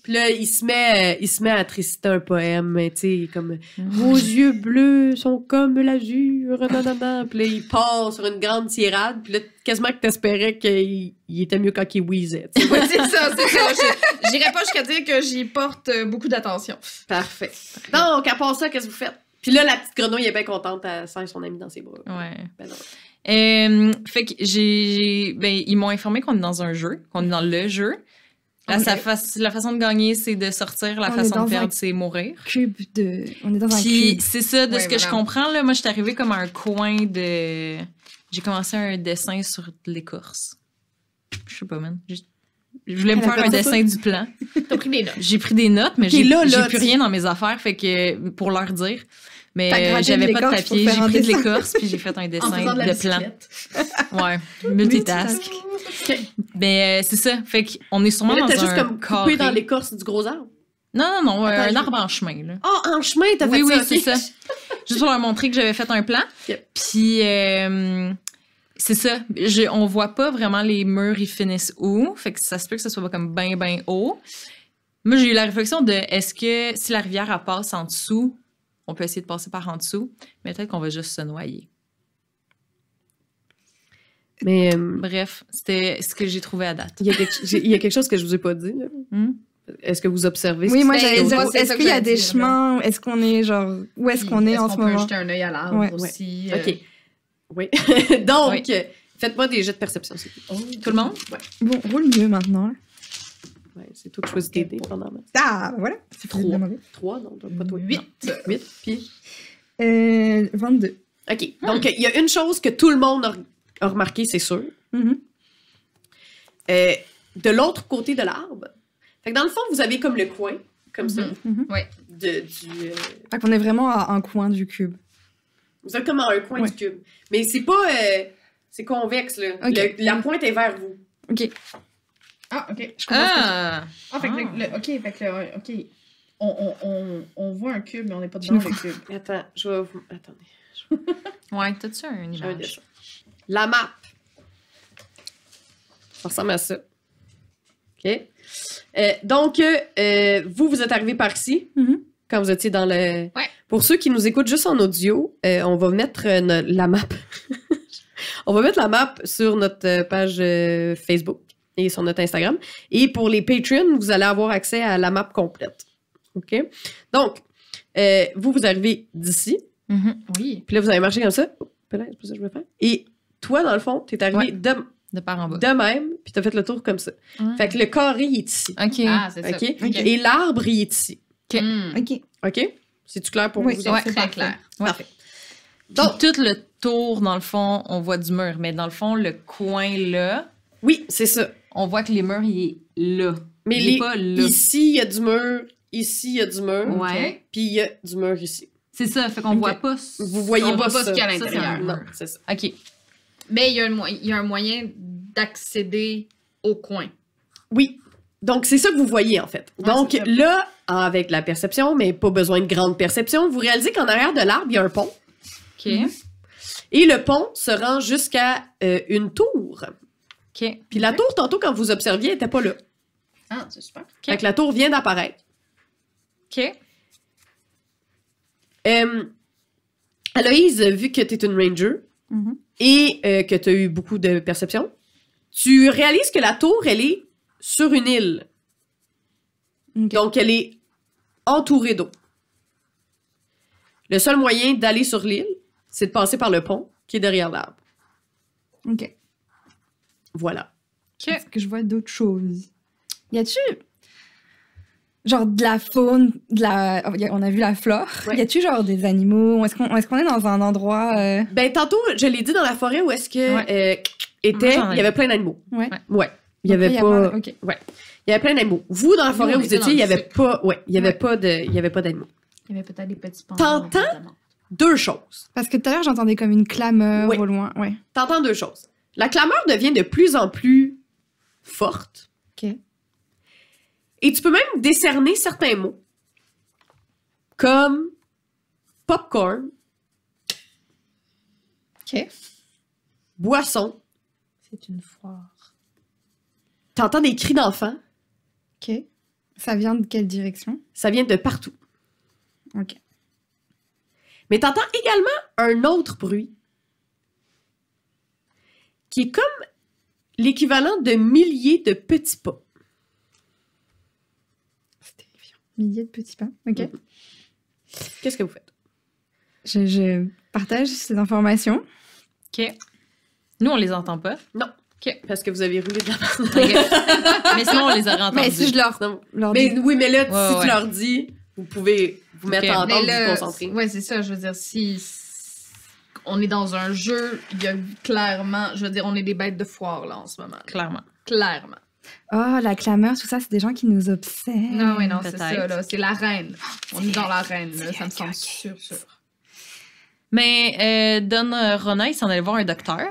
[SPEAKER 1] Puis là, il se met, il se met à trister un poème, mais tu sais, comme Vos yeux bleus sont comme l'azur, nanana. Puis là, il part sur une grande tirade. Puis là, quasiment que t'espérais qu'il il était mieux quand il wheezait. tu sais.
[SPEAKER 2] Ouais, c'est ça, c'est [laughs] ça. Je- J'irais pas jusqu'à dire que j'y porte euh, beaucoup d'attention.
[SPEAKER 1] Parfait. Donc, à part ça, qu'est-ce que vous faites? Puis là, la petite grenouille est bien contente, elle serre son ami dans ses bras.
[SPEAKER 3] Ouais.
[SPEAKER 1] Ben non.
[SPEAKER 3] Euh, fait que j'ai. j'ai- Ben, ils m'ont informé qu'on est dans un jeu, qu'on est dans le jeu. Là,
[SPEAKER 2] Ok.
[SPEAKER 3] sa face- la façon de gagner, c'est de sortir, la
[SPEAKER 4] On est
[SPEAKER 3] façon
[SPEAKER 4] dans
[SPEAKER 3] de
[SPEAKER 4] un-
[SPEAKER 3] perdre, c'est mourir.
[SPEAKER 4] Cube de. On est dans un
[SPEAKER 3] Puis
[SPEAKER 4] cube.
[SPEAKER 3] c'est ça, de
[SPEAKER 2] Ouais,
[SPEAKER 3] ce que je
[SPEAKER 2] voilà.
[SPEAKER 3] comprends, là, moi, je suis arrivée comme à un coin de. J'ai commencé un dessin sur de l'écorce. Je sais pas, man. Je je voulais me
[SPEAKER 4] Elle a
[SPEAKER 3] faire un
[SPEAKER 4] commencé-
[SPEAKER 3] dessin du plan.
[SPEAKER 2] T'as pris des notes.
[SPEAKER 3] J'ai pris des notes, mais
[SPEAKER 1] T'es
[SPEAKER 3] j'ai
[SPEAKER 1] là, là,
[SPEAKER 3] j'ai plus
[SPEAKER 1] tu-
[SPEAKER 3] rien dans mes affaires, fait que pour leur dire. Mais
[SPEAKER 4] T'as gratté
[SPEAKER 3] euh,
[SPEAKER 4] de
[SPEAKER 3] j'avais pas de
[SPEAKER 4] l'écorce pour
[SPEAKER 3] papier, j'ai
[SPEAKER 4] faire un
[SPEAKER 3] pris de
[SPEAKER 4] dessin.
[SPEAKER 3] l'écorce, puis j'ai fait un dessin
[SPEAKER 2] En faisant de la
[SPEAKER 3] de plan.
[SPEAKER 2] bicyclette.
[SPEAKER 3] Ouais, multitask.
[SPEAKER 1] Ok.
[SPEAKER 3] Mais euh, c'est ça. Fait qu'on est sûrement
[SPEAKER 1] Mais là,
[SPEAKER 3] dans
[SPEAKER 1] t'as juste
[SPEAKER 3] un
[SPEAKER 1] comme coupé
[SPEAKER 3] carré.
[SPEAKER 1] dans l'écorce du gros arbre.
[SPEAKER 3] Non, non, non, euh,
[SPEAKER 1] Attends,
[SPEAKER 3] un
[SPEAKER 1] je-
[SPEAKER 3] arbre en chemin, là.
[SPEAKER 1] Ah, en chemin, t'as
[SPEAKER 3] Oui,
[SPEAKER 1] fait
[SPEAKER 3] oui,
[SPEAKER 1] ça.
[SPEAKER 3] c'est
[SPEAKER 1] ok.
[SPEAKER 3] ça. Juste pour leur montrer que j'avais fait un plan.
[SPEAKER 1] Yep.
[SPEAKER 3] Puis, euh, c'est ça. Je, on voit pas vraiment les murs, ils finissent où. Fait que ça se peut que ça soit pas comme ben, ben haut. Moi, j'ai eu la réflexion de est-ce que si la rivière, elle passe en dessous, on peut essayer de passer par en dessous, mais peut-être qu'on va juste se noyer.
[SPEAKER 1] Mais euh,
[SPEAKER 3] Bref, c'était ce que j'ai trouvé à date.
[SPEAKER 1] il y, a quelque- j'ai- il y a quelque chose que je vous ai pas dit. là.
[SPEAKER 3] Hmm?
[SPEAKER 1] Est-ce que vous observez ce
[SPEAKER 4] Oui,
[SPEAKER 1] qui
[SPEAKER 4] Ben, moi
[SPEAKER 1] se passe
[SPEAKER 4] j'allais
[SPEAKER 1] autour?
[SPEAKER 4] dire,
[SPEAKER 2] c'est
[SPEAKER 4] est-ce
[SPEAKER 2] ça que
[SPEAKER 4] qu'il y a
[SPEAKER 2] j'allais
[SPEAKER 4] des
[SPEAKER 2] dire, là.
[SPEAKER 4] chemins Est-ce qu'on est genre, où est-ce qu'on est, en ce
[SPEAKER 2] qu'on peut
[SPEAKER 4] moment
[SPEAKER 2] jeter un œil à l'arbre
[SPEAKER 4] Ouais.
[SPEAKER 2] aussi? euh,
[SPEAKER 1] Ok. euh, Oui. [laughs] Donc,
[SPEAKER 3] Oui.
[SPEAKER 1] euh, faites-moi des jets de perception. s'il
[SPEAKER 2] Oh,
[SPEAKER 1] vous
[SPEAKER 3] Tout le monde?
[SPEAKER 4] Bon, roule mieux maintenant.
[SPEAKER 1] plaît. Ouais, c'est toi qui choisis tes dés pendant ma-
[SPEAKER 4] Ah, voilà. C'est
[SPEAKER 1] Trois. Trois, non, donc pas toi.
[SPEAKER 2] 8.
[SPEAKER 1] Non. Huit, puis...
[SPEAKER 4] Euh, 22.
[SPEAKER 1] OK. Donc, il y a une chose que tout le monde a, a remarqué, c'est sûr.
[SPEAKER 4] Mhm.
[SPEAKER 1] Euh, de l'autre côté de l'arbre. Fait que dans le fond, vous avez comme le coin, comme ça,
[SPEAKER 2] Mhm.
[SPEAKER 1] Mm-hmm. de, du... euh,
[SPEAKER 4] Fait qu'on est vraiment à un coin du cube.
[SPEAKER 1] vous êtes comme à un coin
[SPEAKER 4] Ouais.
[SPEAKER 1] du cube. Mais c'est pas... euh, c'est convexe, là.
[SPEAKER 4] Ok.
[SPEAKER 1] Le- la pointe est vers vous.
[SPEAKER 2] Ah, ok.
[SPEAKER 4] Je comprends ce que-
[SPEAKER 3] Ah!
[SPEAKER 2] Ah, fait que le- le- ok, fait que le- ok. On, on, on, on voit un cube, mais on n'est pas dedans
[SPEAKER 4] Je
[SPEAKER 2] le cube.
[SPEAKER 1] Attends, je vais vous... Attendez.
[SPEAKER 3] Ouais, t'as-tu un
[SPEAKER 1] J'ai un
[SPEAKER 3] image?
[SPEAKER 1] dessin. La map. Ça ressemble à ça. OK. Euh, donc, euh, euh, vous, vous êtes arrivé par ici.
[SPEAKER 4] Mhm.
[SPEAKER 1] Quand vous étiez dans le.
[SPEAKER 3] Mm-hmm. Ouais.
[SPEAKER 1] Pour ceux qui nous écoutent juste en audio, euh, on va mettre euh, no- la map. [laughs] on va mettre la map sur notre euh, page euh, Facebook et sur notre Instagram. Et pour les Patreons, vous allez avoir accès à la map complète. OK? Donc, euh, vous, vous arrivez d'ici.
[SPEAKER 3] Mhm. Oui,
[SPEAKER 1] Puis là, vous avez marché comme ça. Oh, là, c'est pas ça que je voulais faire. Et toi, dans le fond, t'es arrivé
[SPEAKER 3] Ouais. Ah bah.
[SPEAKER 1] de,
[SPEAKER 3] de part en bas.
[SPEAKER 1] de même, puis t'as fait le tour comme ça.
[SPEAKER 3] Ah.
[SPEAKER 1] Fait que le carré, il est ici.
[SPEAKER 3] OK.
[SPEAKER 2] Ah, c'est ça.
[SPEAKER 1] OK?
[SPEAKER 4] Ok.
[SPEAKER 1] Et l'arbre, il est ici.
[SPEAKER 3] Ok.
[SPEAKER 2] Hmm.
[SPEAKER 4] Ok.
[SPEAKER 1] OK? C'est-tu clair pour
[SPEAKER 4] Oui,
[SPEAKER 1] vous?
[SPEAKER 4] c'est
[SPEAKER 3] Ouais,
[SPEAKER 2] très
[SPEAKER 4] parfait.
[SPEAKER 2] clair.
[SPEAKER 3] Ouais.
[SPEAKER 1] Parfait.
[SPEAKER 3] Donc, tout le tour, dans le fond, on voit du mur, mais dans le fond, le coin là,
[SPEAKER 1] Oui, c'est ça.
[SPEAKER 3] on voit que les murs, il est là.
[SPEAKER 1] Mais
[SPEAKER 3] il est
[SPEAKER 1] les-
[SPEAKER 3] pas là.
[SPEAKER 1] ici, il y a du mur. Ici, il y a du mur.
[SPEAKER 3] Ouais.
[SPEAKER 1] Puis il y a du mur ici.
[SPEAKER 3] C'est ça, fait qu'on
[SPEAKER 1] Ok.
[SPEAKER 3] voit pas. ce-
[SPEAKER 1] Vous voyez
[SPEAKER 2] On
[SPEAKER 1] pas,
[SPEAKER 2] voit pas
[SPEAKER 1] ça.
[SPEAKER 2] ce qu'il y a à
[SPEAKER 1] Ça, c'est
[SPEAKER 2] l'intérieur.
[SPEAKER 1] un- Non, c'est ça.
[SPEAKER 3] OK.
[SPEAKER 2] Mais il y, a un mo- il y a un moyen d'accéder au coin.
[SPEAKER 1] Oui. Donc, c'est ça que vous voyez, en fait.
[SPEAKER 2] Ouais,
[SPEAKER 1] Donc,
[SPEAKER 2] c'est ça.
[SPEAKER 1] là, avec la perception, mais pas besoin de grande perception, vous réalisez qu'en arrière de l'arbre, il y a un pont.
[SPEAKER 3] OK.
[SPEAKER 1] Et le pont se rend jusqu'à euh, une tour.
[SPEAKER 3] OK.
[SPEAKER 1] Puis la tour, tantôt, quand vous observiez, elle était pas là.
[SPEAKER 2] Ah, c'est super.
[SPEAKER 1] Fait que la tour vient d'apparaître.
[SPEAKER 3] OK.
[SPEAKER 1] Euh, Aloïse, vu que tu es une ranger
[SPEAKER 4] Mhm.
[SPEAKER 1] et euh, que tu as eu beaucoup de perception, tu réalises que la tour, elle est sur une île.
[SPEAKER 4] Ok.
[SPEAKER 1] Donc, elle est entourée d'eau. Le seul moyen d'aller sur l'île, c'est de passer par le pont qui est derrière l'arbre.
[SPEAKER 4] Ok.
[SPEAKER 1] Voilà.
[SPEAKER 3] Ok.
[SPEAKER 4] Est-ce que je vois d'autres choses Y a-tu genre de la faune, de la, oh, y a- on a vu la flore.
[SPEAKER 1] Ouais.
[SPEAKER 4] Y a-tu genre des animaux Est-ce qu'on est, qu'on est dans un endroit euh,
[SPEAKER 1] Ben, tantôt, je l'ai dit dans la forêt où est-ce que euh, était,
[SPEAKER 3] Moi, j'en ai-
[SPEAKER 1] il y avait plein d'animaux.
[SPEAKER 4] Ouais.
[SPEAKER 1] Ouais. Il y
[SPEAKER 4] donc
[SPEAKER 1] avait
[SPEAKER 4] là,
[SPEAKER 1] pas.
[SPEAKER 4] pas- Ok.
[SPEAKER 1] Il y avait plein d'animaux. Vous, dans la
[SPEAKER 2] Nous,
[SPEAKER 1] forêt
[SPEAKER 2] on
[SPEAKER 1] où vous
[SPEAKER 2] était dans
[SPEAKER 1] étiez, il n'y
[SPEAKER 2] le
[SPEAKER 1] avait pas, ouais, il y avait
[SPEAKER 4] Ouais.
[SPEAKER 1] pas de, il y avait pas d'animaux.
[SPEAKER 2] Il y avait peut-être des petits pans.
[SPEAKER 1] T'entends? Deux choses.
[SPEAKER 4] Parce que tout à l'heure j'entendais comme une clameur
[SPEAKER 1] Ouais.
[SPEAKER 4] au loin. Ouais.
[SPEAKER 1] T'entends deux choses. La clameur devient de plus en plus forte.
[SPEAKER 4] Ok.
[SPEAKER 1] Et tu peux même décerner certains mots. Comme popcorn,
[SPEAKER 4] Ok.
[SPEAKER 1] boisson.
[SPEAKER 3] C'est une foire.
[SPEAKER 1] T'entends des cris d'enfants.
[SPEAKER 4] Ok. Ça vient de quelle direction
[SPEAKER 1] Ça vient de partout.
[SPEAKER 4] Ok.
[SPEAKER 1] Mais t'entends également un autre bruit qui est comme l'équivalent de milliers de petits pas.
[SPEAKER 4] C'est terrifiant. Milliers de petits pas. Ok.
[SPEAKER 1] Mhm. Qu'est-ce que vous faites?
[SPEAKER 4] Je, je partage ces informations.
[SPEAKER 3] OK. Nous, on les entend pas.
[SPEAKER 1] Parce que vous avez roulé de la
[SPEAKER 3] [laughs] OK. [laughs] mais sinon, on les aurait entendus.
[SPEAKER 4] Mais si je leur,
[SPEAKER 1] Non,
[SPEAKER 4] leur
[SPEAKER 1] Mais
[SPEAKER 4] dis-
[SPEAKER 1] oui, mais là,
[SPEAKER 3] Ouais,
[SPEAKER 1] si
[SPEAKER 3] ouais.
[SPEAKER 1] tu leur dis, vous pouvez vous mettre
[SPEAKER 3] Ok.
[SPEAKER 1] en
[SPEAKER 2] Mais
[SPEAKER 1] entendre, vous
[SPEAKER 2] là,
[SPEAKER 1] concentrer.
[SPEAKER 2] ouais, c'est ça. Je veux dire, si on est dans un jeu, il y a clairement, je veux dire, on est des bêtes de foire là en ce moment.
[SPEAKER 3] Clairement.
[SPEAKER 2] Clairement.
[SPEAKER 4] Oh, la clameur, tout ça, c'est des gens qui nous observent.
[SPEAKER 2] Non, oui, Ah non, c'est ça
[SPEAKER 3] peut-être.
[SPEAKER 2] là. C'est la reine. On est dans la reine.
[SPEAKER 4] c'est
[SPEAKER 2] Là, ça me
[SPEAKER 4] vrai,
[SPEAKER 2] semble
[SPEAKER 4] ok,
[SPEAKER 2] sûr, sûr.
[SPEAKER 3] Mais euh, Don euh, Rona, il s'en allait voir un docteur.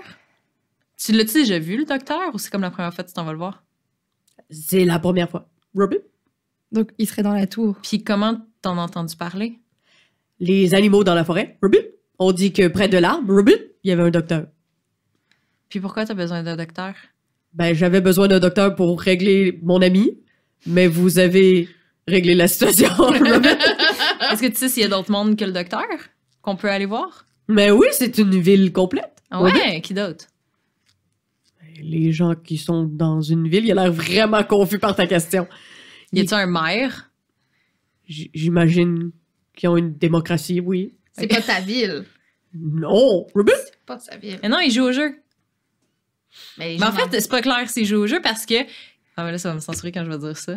[SPEAKER 3] Tu l'as-tu déjà vu, le docteur, ou c'est comme la première fois que tu t'en vas le voir?
[SPEAKER 1] C'est la première fois. Robin?
[SPEAKER 4] Donc, il serait dans la tour.
[SPEAKER 3] Puis comment t'en as entendu parler?
[SPEAKER 1] Les animaux dans la forêt? Robin? On dit que près de l'arbre, Robin, il y avait un docteur.
[SPEAKER 3] Puis pourquoi t'as besoin d'un docteur?
[SPEAKER 1] Ben, j'avais besoin d'un docteur pour régler mon ami, mais vous avez réglé la [laughs] situation. Robin.
[SPEAKER 3] [laughs] Est-ce que tu sais s'il y a d'autres mondes que le docteur qu'on peut aller voir?
[SPEAKER 1] mais oui, c'est une ville complète.
[SPEAKER 3] Ah Ouais, qui d'autre?
[SPEAKER 1] Les gens qui sont dans une ville, il a l'air vraiment confus par ta question.
[SPEAKER 3] Y a-tu un maire?
[SPEAKER 1] J- J'imagine qu'ils ont une démocratie, oui.
[SPEAKER 2] C'est pas ta ville.
[SPEAKER 1] Non, Robin?
[SPEAKER 2] C'est pas ta ville.
[SPEAKER 3] Mais Eh non, il joue au jeu.
[SPEAKER 2] Mais,
[SPEAKER 3] Mais en fait, c'est pas clair s'il joue au jeu parce que. Ah, mais là, ça va me censurer quand je vais dire ça.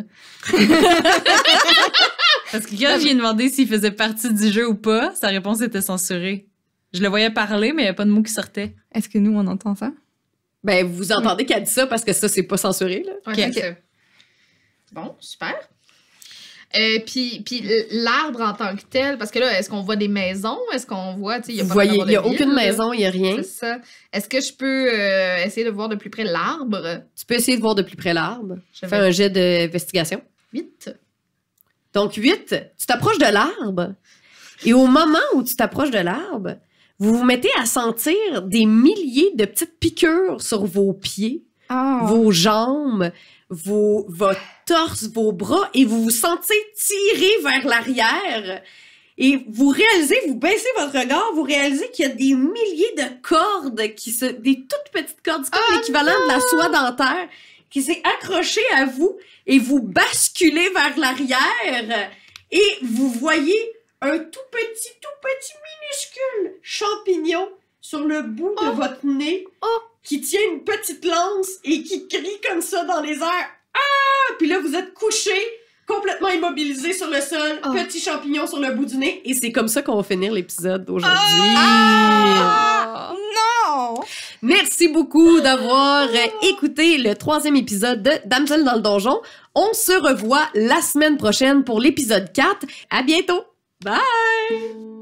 [SPEAKER 3] parce que quand j'ai demandé s'il faisait partie du jeu ou pas, sa réponse était censurée. Je le voyais parler, mais il n'y a pas de mots qui sortaient.
[SPEAKER 4] Est-ce que nous, on entend ça
[SPEAKER 1] Ben, vous entendez qu'elle dit ça parce que ça, c'est pas censuré, là.
[SPEAKER 2] Ouais,
[SPEAKER 3] Ok.
[SPEAKER 2] c'est ça. Bon, super. Euh, puis, puis l- l'arbre en tant que tel, parce que là, est-ce qu'on voit des maisons? Est-ce qu'on voit, tu sais, il y a
[SPEAKER 1] vous
[SPEAKER 2] pas
[SPEAKER 1] voyez,
[SPEAKER 2] vraiment
[SPEAKER 1] il y a
[SPEAKER 2] de ville,
[SPEAKER 1] aucune
[SPEAKER 2] là.
[SPEAKER 1] maison, il y a rien.
[SPEAKER 2] C'est ça. Est-ce que je peux euh, essayer de voir de plus près l'arbre?
[SPEAKER 1] Tu peux essayer de voir de plus près l'arbre.
[SPEAKER 2] Je
[SPEAKER 1] Fais
[SPEAKER 2] vais
[SPEAKER 1] un jet d'investigation.
[SPEAKER 2] vite.
[SPEAKER 1] Donc, 8, tu t'approches de l'arbre. Et au moment où tu t'approches de l'arbre, vous vous mettez à sentir des milliers de petites piqûres sur vos pieds,
[SPEAKER 4] Ah
[SPEAKER 1] vos jambes, vos, votre torse, vos bras, et vous vous sentez tiré vers l'arrière. Et vous réalisez, vous baissez votre regard, vous réalisez qu'il y a des milliers de cordes qui se, des toutes petites cordes, c'est comme l'équivalent de la soie dentaire, qui s'est accrochée à vous et vous basculez vers l'arrière et vous voyez un tout petit, tout petit minuscule champignon sur le bout de votre nez qui tient une petite lance et qui crie comme ça dans les airs. Ah! Puis là, vous êtes couché, complètement immobilisé sur le sol,
[SPEAKER 2] Oh.
[SPEAKER 1] petit champignon sur le bout du nez. Et c'est comme ça qu'on va finir l'épisode d'aujourd'hui.
[SPEAKER 4] Ah, Non
[SPEAKER 1] Merci beaucoup d'avoir euh, écouté le troisième épisode de Damsel dans le donjon. On se revoit la semaine prochaine pour l'épisode 4. À bientôt! Bye!